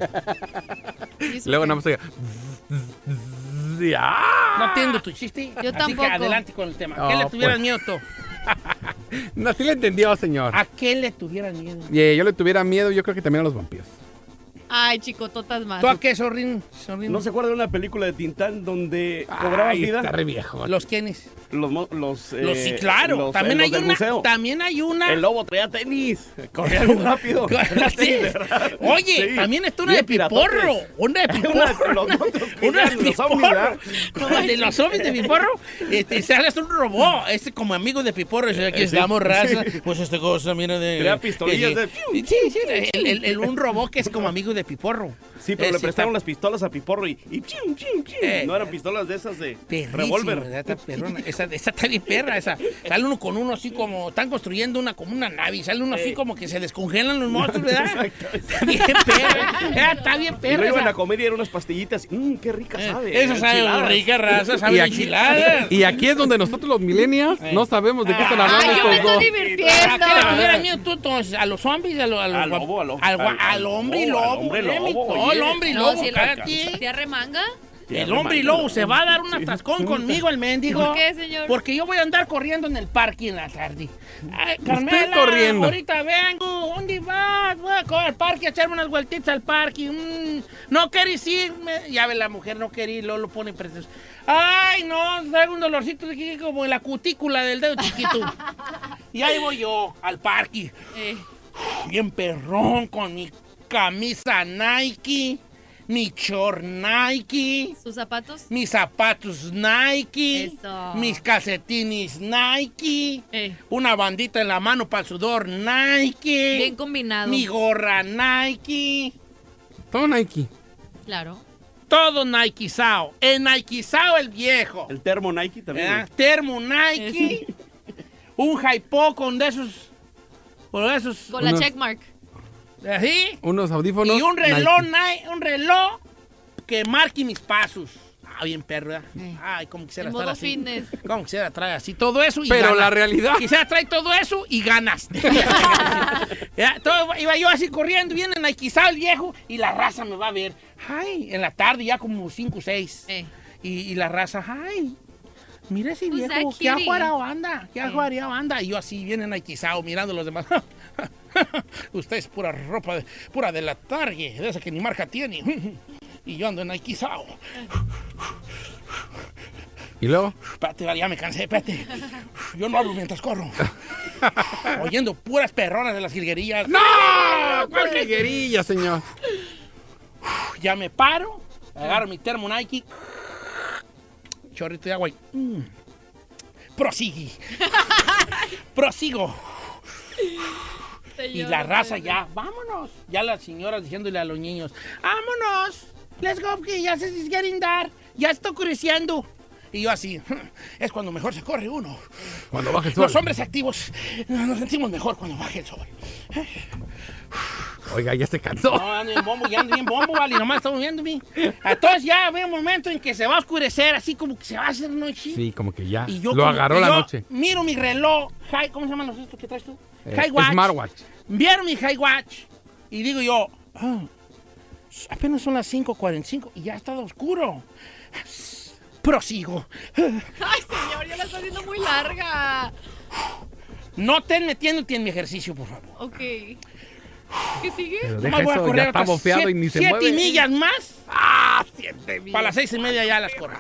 Speaker 3: Luego nada más oiga, "Zzz, zzz", y ¡ah!
Speaker 1: No entiendo tu chiste.
Speaker 2: Yo
Speaker 1: Así
Speaker 2: tampoco.
Speaker 1: que adelante con el tema. ¿A qué
Speaker 3: No,
Speaker 1: le tuvieras
Speaker 3: pues.
Speaker 1: miedo tú?
Speaker 3: No, sí le entendió, señor.
Speaker 1: ¿A qué le tuvieras miedo?
Speaker 3: Y eh, yo le tuviera miedo, yo creo que también a los vampiros.
Speaker 2: Ay, chicototas más.
Speaker 1: ¿Tú a qué, Sorrín? Sorrín?
Speaker 5: ¿eh? ¿No se acuerdan de una película de Tintán donde cobraban
Speaker 3: Ay,
Speaker 5: vida?
Speaker 3: está re viejo.
Speaker 1: ¿Los quiénes?
Speaker 5: Los, mo- los, eh,
Speaker 1: Los- sí, claro.
Speaker 5: los-
Speaker 1: también,
Speaker 5: eh,
Speaker 1: hay
Speaker 5: los del
Speaker 1: una,
Speaker 5: museo.
Speaker 1: también hay una.
Speaker 5: El lobo traía tenis. Corría muy rápido.
Speaker 1: Corría
Speaker 5: Sí, de
Speaker 1: tenis.
Speaker 5: verdad.
Speaker 1: Oye,
Speaker 5: Sí.
Speaker 1: también está una
Speaker 5: Bien
Speaker 1: de piporro.
Speaker 5: piratotes.
Speaker 1: Una de
Speaker 5: Una de
Speaker 1: piporro.
Speaker 5: los monstruos que
Speaker 1: Una de
Speaker 5: llegan, los ovnis,
Speaker 1: piporro. De los zombies de piporro. Este, sale hasta un robot. Este como amigo de piporro. dice, Aquí
Speaker 5: Eh, sí.
Speaker 1: estamos, raza.
Speaker 5: Sí.
Speaker 1: Pues este cosa, mira de.
Speaker 5: Crea pistolillas de-
Speaker 1: Sí, sí, el- el- el- un robot que es como amigo de piporro.
Speaker 5: Sí, pero
Speaker 1: Eh,
Speaker 5: le prestaron
Speaker 1: está
Speaker 5: las pistolas a Piporro y, y ching, ching, ching.
Speaker 1: Eh,
Speaker 5: no eran pistolas de esas de
Speaker 1: perrísimo, ¿verdad?
Speaker 5: revólver.
Speaker 1: Está perrona. Esa, esa está bien perra, esa. Sale uno con uno así como, están construyendo una como una nave, y sale uno así como que se descongelan los monstruos, ¿verdad? Está bien perra, eh, está bien
Speaker 5: Y lo
Speaker 1: perra.
Speaker 5: iban
Speaker 1: esa.
Speaker 5: a comer y eran unas pastillitas. Mmm, qué rica sabe.
Speaker 1: Eso sabe
Speaker 5: Enchiladas.
Speaker 1: rica raza, sabe enchiladas.
Speaker 3: y aquí es donde nosotros los millennials
Speaker 1: Eh.
Speaker 3: no sabemos de qué están hablando
Speaker 1: Ah,
Speaker 2: Ay,
Speaker 3: estos
Speaker 2: yo me estoy
Speaker 3: dos.
Speaker 1: ¿A
Speaker 2: divirtiendo.
Speaker 1: qué le tuvieras miedo tú entonces? ¿A los zombies? ¿A los, a los
Speaker 5: Al
Speaker 1: guap-
Speaker 5: lobo, al lobo,
Speaker 1: Al, gua-
Speaker 5: al-
Speaker 1: al
Speaker 5: al
Speaker 1: hombre y
Speaker 5: lobo, al
Speaker 1: lobo.
Speaker 5: hombre
Speaker 1: hombre
Speaker 5: lobo,
Speaker 1: lobo.
Speaker 5: oye.
Speaker 1: el hombre y
Speaker 2: No,
Speaker 1: lobo,
Speaker 2: si el-
Speaker 1: cállate.
Speaker 2: ¿Se arremanga?
Speaker 1: El hombre y lobo se va a dar un atascón conmigo, el mendigo.
Speaker 2: ¿Por qué, señor?
Speaker 1: Porque yo voy a andar corriendo en el parque en la tarde. Ay, Carmela,
Speaker 3: corriendo.
Speaker 1: ahorita vengo. ¿Dónde vas? Voy a co- al parque, a echarme unas vueltitas al parque. Mm, no querés irme. Ya ve, la mujer no quería ir, luego lo pone precioso. Ay, no, traigo un dolorcito de aquí como en la cutícula del dedo chiquito. y ahí voy yo, al parque.
Speaker 2: Eh,
Speaker 1: Bien perrón, con mi camisa Nike, mi short Nike
Speaker 2: ¿Sus zapatos?
Speaker 1: mis zapatos Nike,
Speaker 2: Eso.
Speaker 1: mis calcetines Nike,
Speaker 2: Eh,
Speaker 1: una bandita en la mano para el sudor Nike,
Speaker 2: bien combinado.
Speaker 1: mi gorra Nike,
Speaker 3: Todo Nike.
Speaker 2: Claro.
Speaker 1: todo Nikezao, en Nikezao el viejo,
Speaker 5: El termo Nike también.
Speaker 1: ¿verdad? termo Nike, un jaipó con de esos, con de esos,
Speaker 2: Con la
Speaker 3: Unos-
Speaker 2: checkmark.
Speaker 1: así,
Speaker 3: Unos audífonos.
Speaker 1: y un reloj
Speaker 3: Nike.
Speaker 1: Nike, un reloj que marque mis pasos. Ah, bien perro, ¿verdad?
Speaker 2: Eh.
Speaker 1: Ay, como quisiera
Speaker 2: En
Speaker 1: estar
Speaker 2: modo
Speaker 1: así.
Speaker 2: fitness.
Speaker 1: Como quisiera traer así todo eso y
Speaker 3: Pero
Speaker 1: ganas.
Speaker 3: la realidad-
Speaker 1: Quisiera traer todo eso y ganas. Ya, todo- iba yo así corriendo, viene Nikezao el viejo y la raza me va a ver. Ay, en la tarde ya como 5 o 6.
Speaker 2: Eh.
Speaker 1: Y, y la raza, ay, mira ese
Speaker 2: Who's
Speaker 1: viejo,
Speaker 2: that
Speaker 1: qué
Speaker 2: kitty?
Speaker 1: ajuarao anda, qué
Speaker 2: Eh.
Speaker 1: ajuarao anda. Y yo así, bien Nikezao mirando a los demás. Usted es pura ropa, de- pura de la tarde, de esa que ni marca tiene. y yo ando en Nikezao.
Speaker 3: Y luego,
Speaker 1: Espérate, vale, ya me cansé, espérate. Yo no hablo mientras corro. Oyendo puras perronas de las jilguerías. ¡No! Ah,
Speaker 3: "Ah, ¿cuál jilguerilla, señor?
Speaker 1: Ya me paro, agarro mi termo Nike, chorrito de agua y... mm, prosigui. Prosigo.
Speaker 2: Te
Speaker 1: Y
Speaker 2: lloro,
Speaker 1: la
Speaker 2: te
Speaker 1: raza
Speaker 2: lloro.
Speaker 1: ya, vámonos. Ya las señoras diciéndole a los niños, vámonos. Let's go, que ya se is getting dark. Ya está oscureciendo. Y yo así, es cuando mejor se corre uno.
Speaker 3: Cuando baje el sol.
Speaker 1: Los hombres activos nos sentimos mejor cuando baje el sol.
Speaker 3: Oiga, ya se cansó.
Speaker 1: No, ando bien bombo, ya ando bien bombo, vale, nomás estamos viendo mi. Entonces ya ve un momento en que se va a oscurecer, así como que se va a hacer noche.
Speaker 3: Sí, como que ya.
Speaker 1: Y yo
Speaker 3: Lo
Speaker 1: como-
Speaker 3: agarró
Speaker 1: y
Speaker 3: la
Speaker 1: yo
Speaker 3: noche.
Speaker 1: Miro mi reloj, hi- ¿cómo se llaman los estos que traes tú?
Speaker 3: Eh,
Speaker 1: High watch.
Speaker 3: Smartwatch.
Speaker 1: Vieron mi high watch y digo yo, "Ah, apenas son las 5.45 y ya ha estado oscuro. Prosigo.
Speaker 2: Ay, señor, ya la está haciendo muy larga.
Speaker 1: No te metiéndote en mi ejercicio, por favor.
Speaker 2: Ok. ¿Qué sigue?
Speaker 3: Pero
Speaker 1: No
Speaker 3: deja
Speaker 1: voy a
Speaker 3: eso,
Speaker 1: correr
Speaker 3: ya está
Speaker 1: otras
Speaker 3: bofeado
Speaker 1: siete-
Speaker 3: y ni se
Speaker 1: siete
Speaker 3: mueve.
Speaker 1: millas más. ¡Ah! Siete millas. Para las seis y media ya las corro.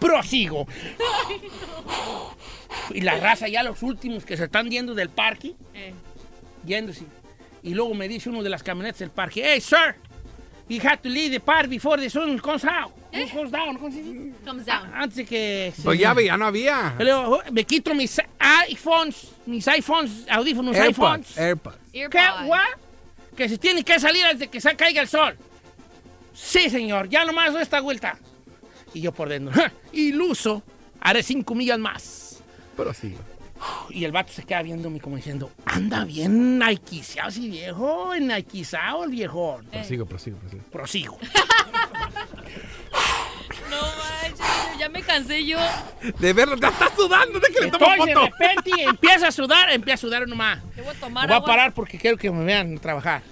Speaker 1: Prosigo. Y la raza ya los últimos que se están yendo del parque,
Speaker 2: Eh,
Speaker 1: yéndose. Y luego me dice uno de las camionetas del parque, ¡Hey, sir! You have to leave the park before the sun comes out. Comes down. ¿cómo se dice? Ah, Antes de que... se-
Speaker 3: Pues ya, ve, ya no había.
Speaker 1: Le digo, "Oh, me quito mis iPhones, mis iPhones, audífonos, iPhones.
Speaker 3: AirPods. AirPods.
Speaker 1: ¿Qué? what? Que se tiene que salir antes de que se caiga el sol. Sí, señor, ya nomás doy esta vuelta. Y yo por dentro, "Ja, iluso, haré cinco millas más.
Speaker 3: Pero sí.
Speaker 1: Y el vato se queda viéndome como diciendo, anda bien naiquiseado, sí, viejo, naiquizado el viejón.
Speaker 3: Prosigo, prosigo, prosigo.
Speaker 1: Prosigo.
Speaker 2: No manches, ya me cansé yo.
Speaker 3: De verlo, ya está sudando, de que le tomo
Speaker 1: Entonces, de
Speaker 3: foto.
Speaker 1: repente empieza a sudar, empieza a sudar nomás.
Speaker 2: Te voy a
Speaker 1: Me
Speaker 2: tomar
Speaker 1: voy a
Speaker 2: agua.
Speaker 1: parar porque quiero que me vean trabajar.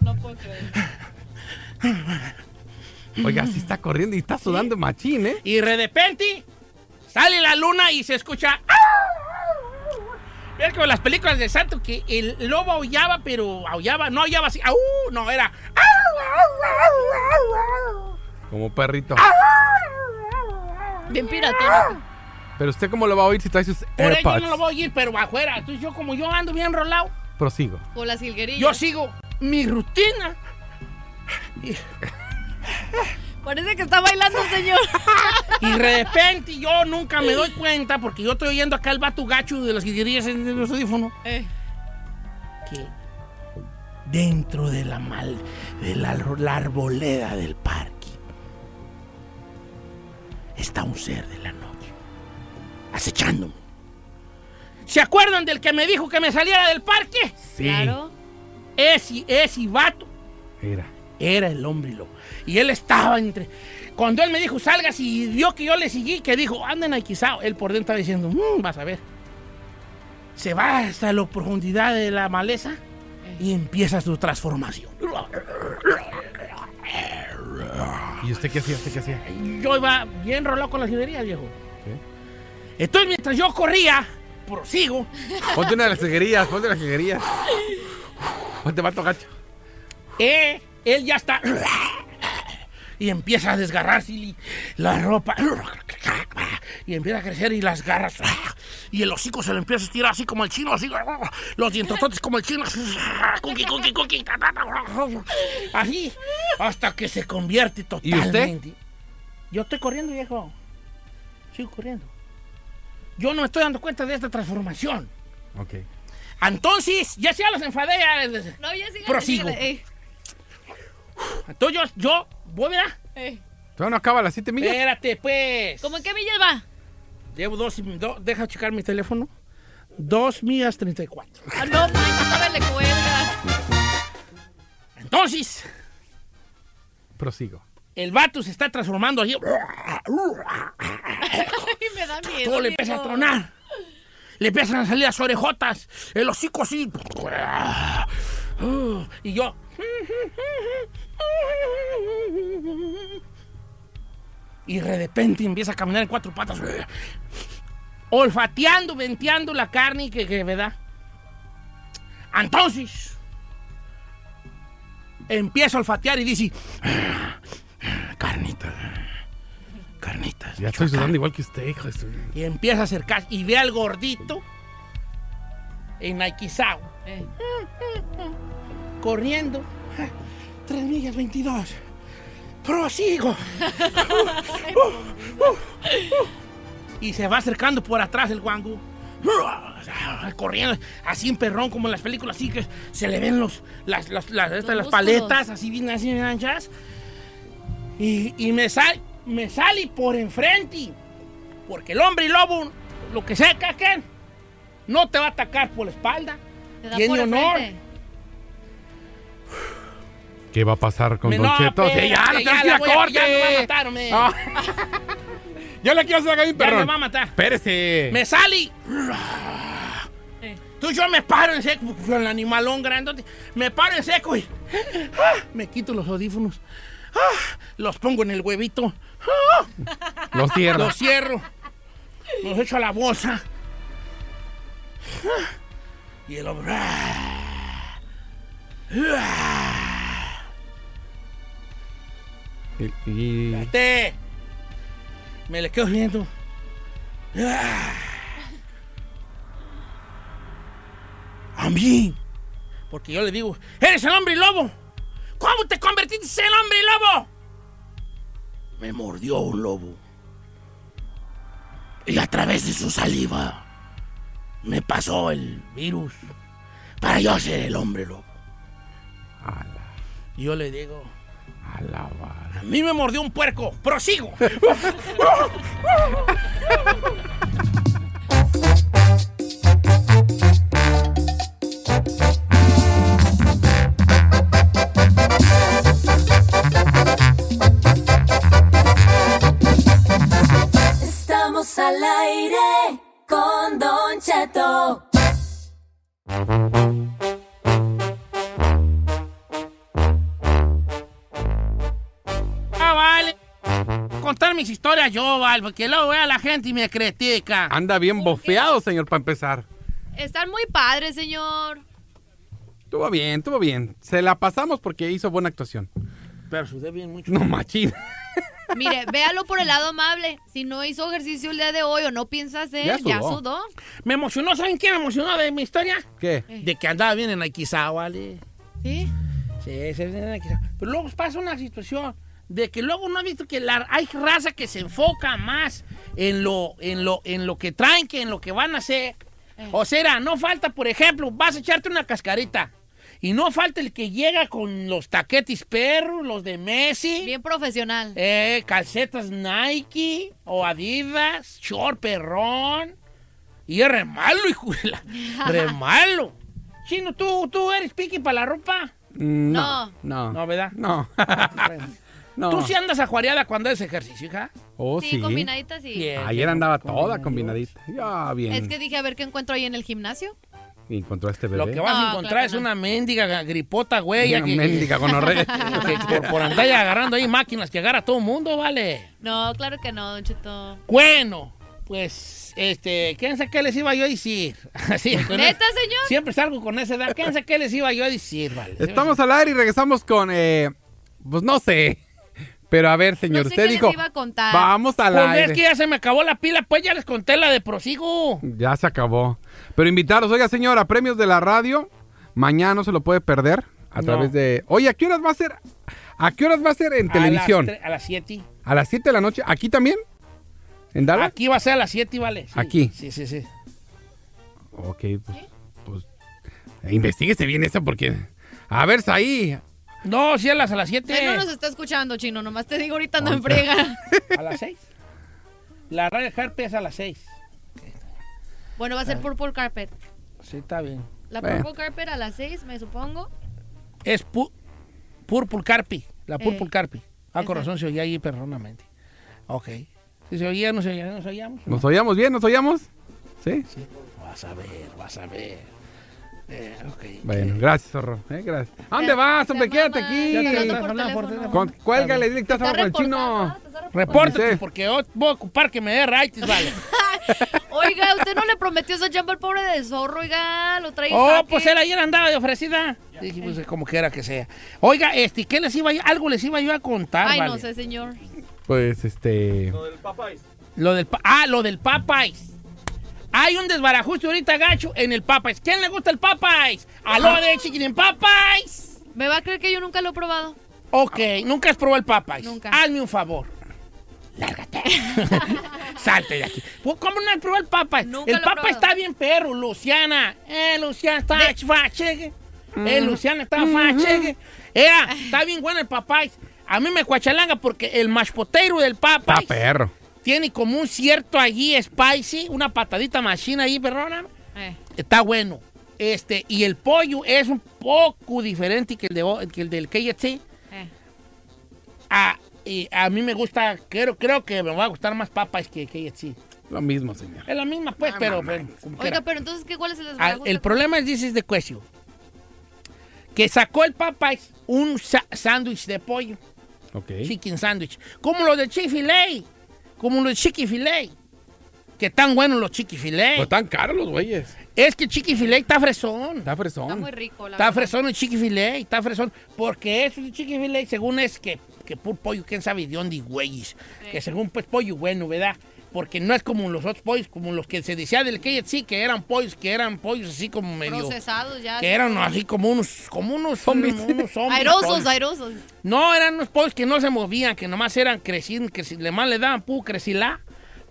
Speaker 2: No puedo creer.
Speaker 3: Oiga, sí está corriendo y está sudando machín, ¿eh?
Speaker 1: Y de repente sale la luna y se escucha. Ver como las películas de Santo que el lobo aullaba, pero aullaba, no aullaba así. ¡Au! No, era.
Speaker 3: Como perrito.
Speaker 1: Ah.
Speaker 2: Bien piratón.
Speaker 3: Pero usted cómo lo va a oír si trae sus
Speaker 1: Por ello
Speaker 3: AirPods.
Speaker 1: no lo voy a ir, pero afuera. Entonces yo, como yo ando bien rolado,
Speaker 3: Prosigo.
Speaker 2: Con las jilguerillas.
Speaker 1: yo sigo mi rutina.
Speaker 2: Parece que está bailando, señor.
Speaker 1: Y de repente yo nunca me doy cuenta porque yo estoy oyendo acá el vato gacho de las guitarrillas en los audífonos.
Speaker 2: Eh.
Speaker 1: Que dentro de la mal, de la, la arboleda del parque está un ser de la noche acechándome. ¿Se acuerdan del que me dijo que me saliera del parque?
Speaker 3: Sí. Claro.
Speaker 1: Ese, ese vato
Speaker 3: Mira.
Speaker 1: era el hombre lobo. Y él estaba entre. Cuando él me dijo, salgas, y vio que yo le seguí, que dijo, anden ahí quizá. Él por dentro estaba diciendo, "Mm, vas a ver. Se va hasta la profundidad de la maleza y empieza su transformación.
Speaker 3: ¿Y usted qué hacía? ¿Usted qué hacía?
Speaker 1: Yo iba bien rolado con las librerías, viejo. Entonces, mientras yo corría, prosigo.
Speaker 3: Ponte una de las ceguerías, ponte las ceguerías.
Speaker 1: pues
Speaker 3: Ponte vato gacho.
Speaker 1: Eh, él ya está. Y empieza a desgarrarse y la ropa. Y empieza a crecer y las garras. Y el hocico se le empieza a estirar así como el chino, así. Los dientototes como el chino. Cookie, cookie, cookie. ta, ta, ta, Así. Hasta que se convierte
Speaker 3: ¿Y usted?
Speaker 1: totalmente. Yo estoy corriendo, viejo. Sigo corriendo. Yo no me estoy dando cuenta de esta transformación.
Speaker 3: Ok.
Speaker 1: Entonces, ya sea los enfadé. ya-
Speaker 2: No, ya sigue. eh,
Speaker 1: Prosigo. Entonces yo, yo voy, ¿verdad?
Speaker 3: Todavía no acaba las siete millas.
Speaker 1: Espérate, pues.
Speaker 2: eh, ¿Cómo en qué millas va?
Speaker 1: Llevo dos, y- do- deja checar mi teléfono. Dos millas 34.
Speaker 2: Ah, no, manches, ahora le cuelga.
Speaker 1: Entonces,
Speaker 3: Prosigo.
Speaker 1: el vato se está transformando allí.
Speaker 2: Ay, me da miedo.
Speaker 1: Todo le empieza a
Speaker 2: viejo.
Speaker 1: tronar. Le empiezan a salir las orejotas, el hocico así. Y yo. Y de repente empieza a caminar en cuatro patas. Olfateando, venteando la carne que, que me da. Entonces. Empieza a olfatear y dice. "Ah, Carnita. Carnitas.
Speaker 3: Ya estoy sudando igual que usted, hijo de su...
Speaker 1: Y empieza a acercar y ve al gordito en Naikizao. Corriendo. Ah, Tres millas 22. Prosigo. Y se va acercando por atrás el guangu. Ah, Corriendo así en perrón como en las películas, así que se le ven los, las, las, las, estas, las
Speaker 2: músculos.
Speaker 1: paletas así bien, así bien anchas. Y, y me, sal, me sale por enfrente. Porque el hombre y lobo, lo que sea que hagan, no te va a atacar por la espalda.
Speaker 2: Te da
Speaker 1: Tiene
Speaker 2: por el
Speaker 1: honor.
Speaker 2: frente.
Speaker 3: ¿Qué va a pasar con
Speaker 1: Me-
Speaker 3: Don
Speaker 1: no,
Speaker 3: Cheto?
Speaker 1: espérate,
Speaker 3: Sí, ya, no
Speaker 1: ya
Speaker 3: tenemos que ir
Speaker 1: la
Speaker 3: a
Speaker 1: voy a-
Speaker 3: corte.
Speaker 1: ya me va a matar, hombre.
Speaker 3: Ah. Yo le quiero hacer acá a mi
Speaker 1: Ya me
Speaker 3: perrón.
Speaker 1: va a matar.
Speaker 3: Espérese.
Speaker 1: Me salí. Tú yo me paro en seco, porque el animalón grandote. Me paro en seco y ah, me quito los audífonos. Ah, Los pongo en el huevito. Ah,
Speaker 3: Lo cierro.
Speaker 1: Los cierro. Los echo a la bolsa. Ah, Y el hombre. ah, ah,
Speaker 3: Y- y-
Speaker 1: Espérate. Me le quedo viendo. Ah. A mí Porque yo le digo, eres el hombre lobo. ¿Cómo te convertiste en el hombre lobo? Me mordió un lobo. Y a través de su saliva me pasó el virus para yo ser el hombre lobo. Y yo le digo, a mí me mordió un puerco, prosigo.
Speaker 7: Estamos al aire con Don Cheto.
Speaker 1: Ah, vale. Contar mis historias yo, vale, porque luego vea la gente y me critica.
Speaker 3: Anda bien bofeado, señor, para empezar.
Speaker 2: Están muy padres, señor.
Speaker 3: Estuvo bien, estuvo bien. Se la pasamos porque hizo buena actuación.
Speaker 1: Pero sudé bien mucho.
Speaker 3: No machín.
Speaker 2: Mire, véalo por el lado amable. Si no hizo ejercicio el día de hoy o no piensa hacer,
Speaker 1: Ya
Speaker 2: ya
Speaker 1: sudó.
Speaker 2: sudó.
Speaker 1: Me emocionó, ¿saben qué me emocionó de mi historia?
Speaker 3: ¿Qué?
Speaker 1: De que andaba bien en Aikizao, vale.
Speaker 2: ¿Sí?
Speaker 1: Sí, sí, en Aikizao. Pero luego pasa una situación de que luego uno ha visto que la, hay raza que se enfoca más en lo, en, lo, en lo que traen que en lo que van a hacer. O sea, no falta, por ejemplo, vas a echarte una cascarita. Y no falta el que llega con los taquetis perros, los de Messi.
Speaker 2: Bien profesional.
Speaker 1: Eh, calcetas Nike o Adidas, short perrón. Y es re malo, hijo de la... Re malo. Chino, ¿tú, tú eres piqui para la ropa?
Speaker 3: Mm, No. No.
Speaker 1: No, ¿verdad?
Speaker 3: No. No.
Speaker 1: ¿Tú sí andas ajuareada cuando haces ejercicio, hija?
Speaker 3: Oh, sí.
Speaker 2: Sí, combinadita, sí.
Speaker 1: Bien.
Speaker 3: Ayer andaba toda combinadita. Ya, bien.
Speaker 2: Es que dije, a ver qué encuentro ahí en el gimnasio.
Speaker 3: Y encontró a este bebé.
Speaker 1: Lo que vas a encontrar es una mendiga gripota, güey. ya
Speaker 3: Una
Speaker 1: que-
Speaker 3: mendiga gonorrea.
Speaker 1: que por, por andar ya agarrando ahí máquinas que agarra todo el mundo, vale.
Speaker 2: No, claro que no, Don Cheto.
Speaker 1: Bueno, pues, este, ¿quién sabe qué les iba yo a decir? Así, con-
Speaker 2: ¿Neta, señor?
Speaker 1: Siempre salgo con esa edad. ¿Quién sabe qué les iba yo a decir, vale?
Speaker 3: Estamos al aire y regresamos con, eh, pues no sé. Pero a ver, señor,
Speaker 1: sé qué
Speaker 3: usted
Speaker 1: les
Speaker 3: dijo,
Speaker 1: iba a contar.
Speaker 3: vamos al
Speaker 1: Pues
Speaker 3: aire.
Speaker 1: es que ya se me acabó la pila, pues ya les conté la de Prosigo.
Speaker 3: Ya se acabó. Pero invitaros, oiga, señora, premios de la radio. Mañana no se lo puede perder a
Speaker 1: No.
Speaker 3: través de... Oye, ¿a qué horas va a ser? ¿A qué horas va a ser en televisión?
Speaker 1: A las tre- A las 7.
Speaker 3: ¿A las 7 de la noche? ¿Aquí también? ¿En Dallas?
Speaker 1: Aquí va a ser a las 7, ¿vale? Sí.
Speaker 3: Aquí.
Speaker 1: Sí, sí, sí.
Speaker 3: Ok, pues... pues eh, investiguese bien eso porque... A ver, ahí.
Speaker 1: No, sí, a las, a las 7.
Speaker 2: Él no nos está escuchando, chino. Nomás te digo, ahorita no enfrega.
Speaker 1: A las 6. La radio Harpe es a las 6.
Speaker 2: Bueno, va a ser Purple Carpet.
Speaker 1: Sí, está bien.
Speaker 2: La
Speaker 1: Bueno.
Speaker 2: Purple Carpet a las 6, me supongo.
Speaker 1: Es pu- Purple Carpi. La Purple
Speaker 2: Eh,
Speaker 1: Carpi. Ah, con razón se oía ahí perdonamente. Ok. Si se oía, no se oía, nos oíamos.
Speaker 3: ¿Nos oíamos bien? ¿Nos oíamos? ¿Sí?
Speaker 1: Vas a ver, vas a ver. Eh, ok.
Speaker 3: Bueno, gracias, zorro. eh, gracias. ¿A dónde vas, hombre? Quédate aquí.
Speaker 1: Ya te hablan por teléfono.
Speaker 3: Con- cuélgale, dile que estás
Speaker 1: Te está
Speaker 3: hablando con el chino.
Speaker 1: Repórtate,
Speaker 3: Sí.
Speaker 1: porque hoy voy a ocupar que me dé rights, vale.
Speaker 2: Oiga, usted no le prometió esa chamba al pobre de zorro, oiga. Lo traía.
Speaker 1: oh,
Speaker 2: jaque.
Speaker 1: pues él ayer andaba de ofrecida. Dije, pues, como quiera que sea. Oiga, este, ¿qué les iba yo? Algo les iba yo a contar,
Speaker 2: Ay,
Speaker 1: vale.
Speaker 2: no sé, señor.
Speaker 3: Pues, este...
Speaker 1: Lo del pa- ah, lo del Popeyes. Hay un desbarajuste ahorita, gacho, en el Popeyes. ¿Quién le gusta el Popeyes? ¿Aló de chicken en Popeyes?
Speaker 2: Me va a creer que yo nunca lo he probado.
Speaker 1: Ok, nunca has probado el Popeyes.
Speaker 2: Nunca.
Speaker 1: Hazme un favor. Lárgate. Salte de aquí. Pues, ¿Cómo no has probado el Popeyes?
Speaker 2: Nunca
Speaker 1: el
Speaker 2: lo he
Speaker 1: Popeyes está bien perro, Luciana. Eh, Luciana, está fachegue. Eh,
Speaker 2: Ujú.
Speaker 1: Luciana, está fachegue. Eh, está bien bueno el Popeyes. A mí me cuachalanga porque el mashed potato del Popeyes...
Speaker 3: Está perro.
Speaker 1: tiene como un cierto allí spicy, una patadita machina ahí, perdona. Está bueno. Este, y el pollo es un poco diferente que el, de, o- que el del KFC. A, Ah, y a mí me gusta, creo, creo que me va a gustar más papas que KFC.
Speaker 3: Lo mismo, señor.
Speaker 1: Es la misma, pues, pero bueno, como
Speaker 2: Oiga,
Speaker 1: quiera.
Speaker 2: pero entonces, ¿qué, ¿cuál es el
Speaker 1: Ah,
Speaker 2: desbarajuste?
Speaker 1: el problema es, dices, de cuestión. Que sacó el Popeyes un sa- sándwich de pollo.
Speaker 3: Ok.
Speaker 1: Chicken sandwich. Como los de Chick-fil-A. Como los de Chick-fil-A. Que tan buenos los Chick-fil-A.
Speaker 3: Pues están caros los güeyes.
Speaker 1: Es que Chick-fil-A está fresón.
Speaker 3: Está fresón.
Speaker 2: Está muy rico, la
Speaker 1: Está
Speaker 2: verdad.
Speaker 1: fresón el Chick-fil-A. Está fresón. Porque eso de Chick-fil-A, según es que, que puro pollo, quién sabe de dónde, güeyes. Que según pues pollo bueno, ¿verdad? porque no es como los otros pollos, como los que se decía del que sí, que eran pollos, que eran pollos así como medio...
Speaker 2: Procesados ya.
Speaker 1: Que eran así como unos, como unos zombies. Unos zombies
Speaker 2: Airosos,
Speaker 1: pollos.
Speaker 2: airosos.
Speaker 1: No, eran unos pollos que no se movían, que nomás eran crecidos, le más le daban pu crecilá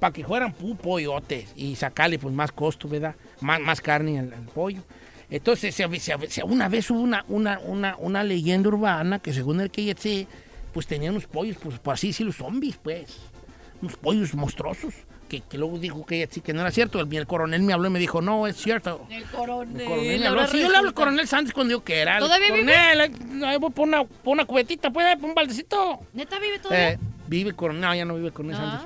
Speaker 1: para que fueran pu pollotes y sacarle pues más costo, ¿verdad? Más, más carne al, al pollo. Entonces, se- se- se- una vez hubo una, una, una, una leyenda urbana que según el KFC, pues tenían unos pollos, pues, pues así sí los zombies, pues. Unos pollos monstruosos. Que, que luego dijo KFC que no era cierto. El, el coronel me habló y me dijo, no, es cierto.
Speaker 2: El coronel.
Speaker 1: El coronel me habló. Sí, yo le hablo al coronel Sánchez cuando yo que era.
Speaker 2: ¿Todavía vive?
Speaker 1: coronel, ahí- ahí voy por una, por una cubetita, pues, ahí por un baldecito.
Speaker 2: ¿Neta vive todavía? Ah.
Speaker 1: Eh, vive con... No, ya no vive con
Speaker 2: No.
Speaker 1: esa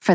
Speaker 11: for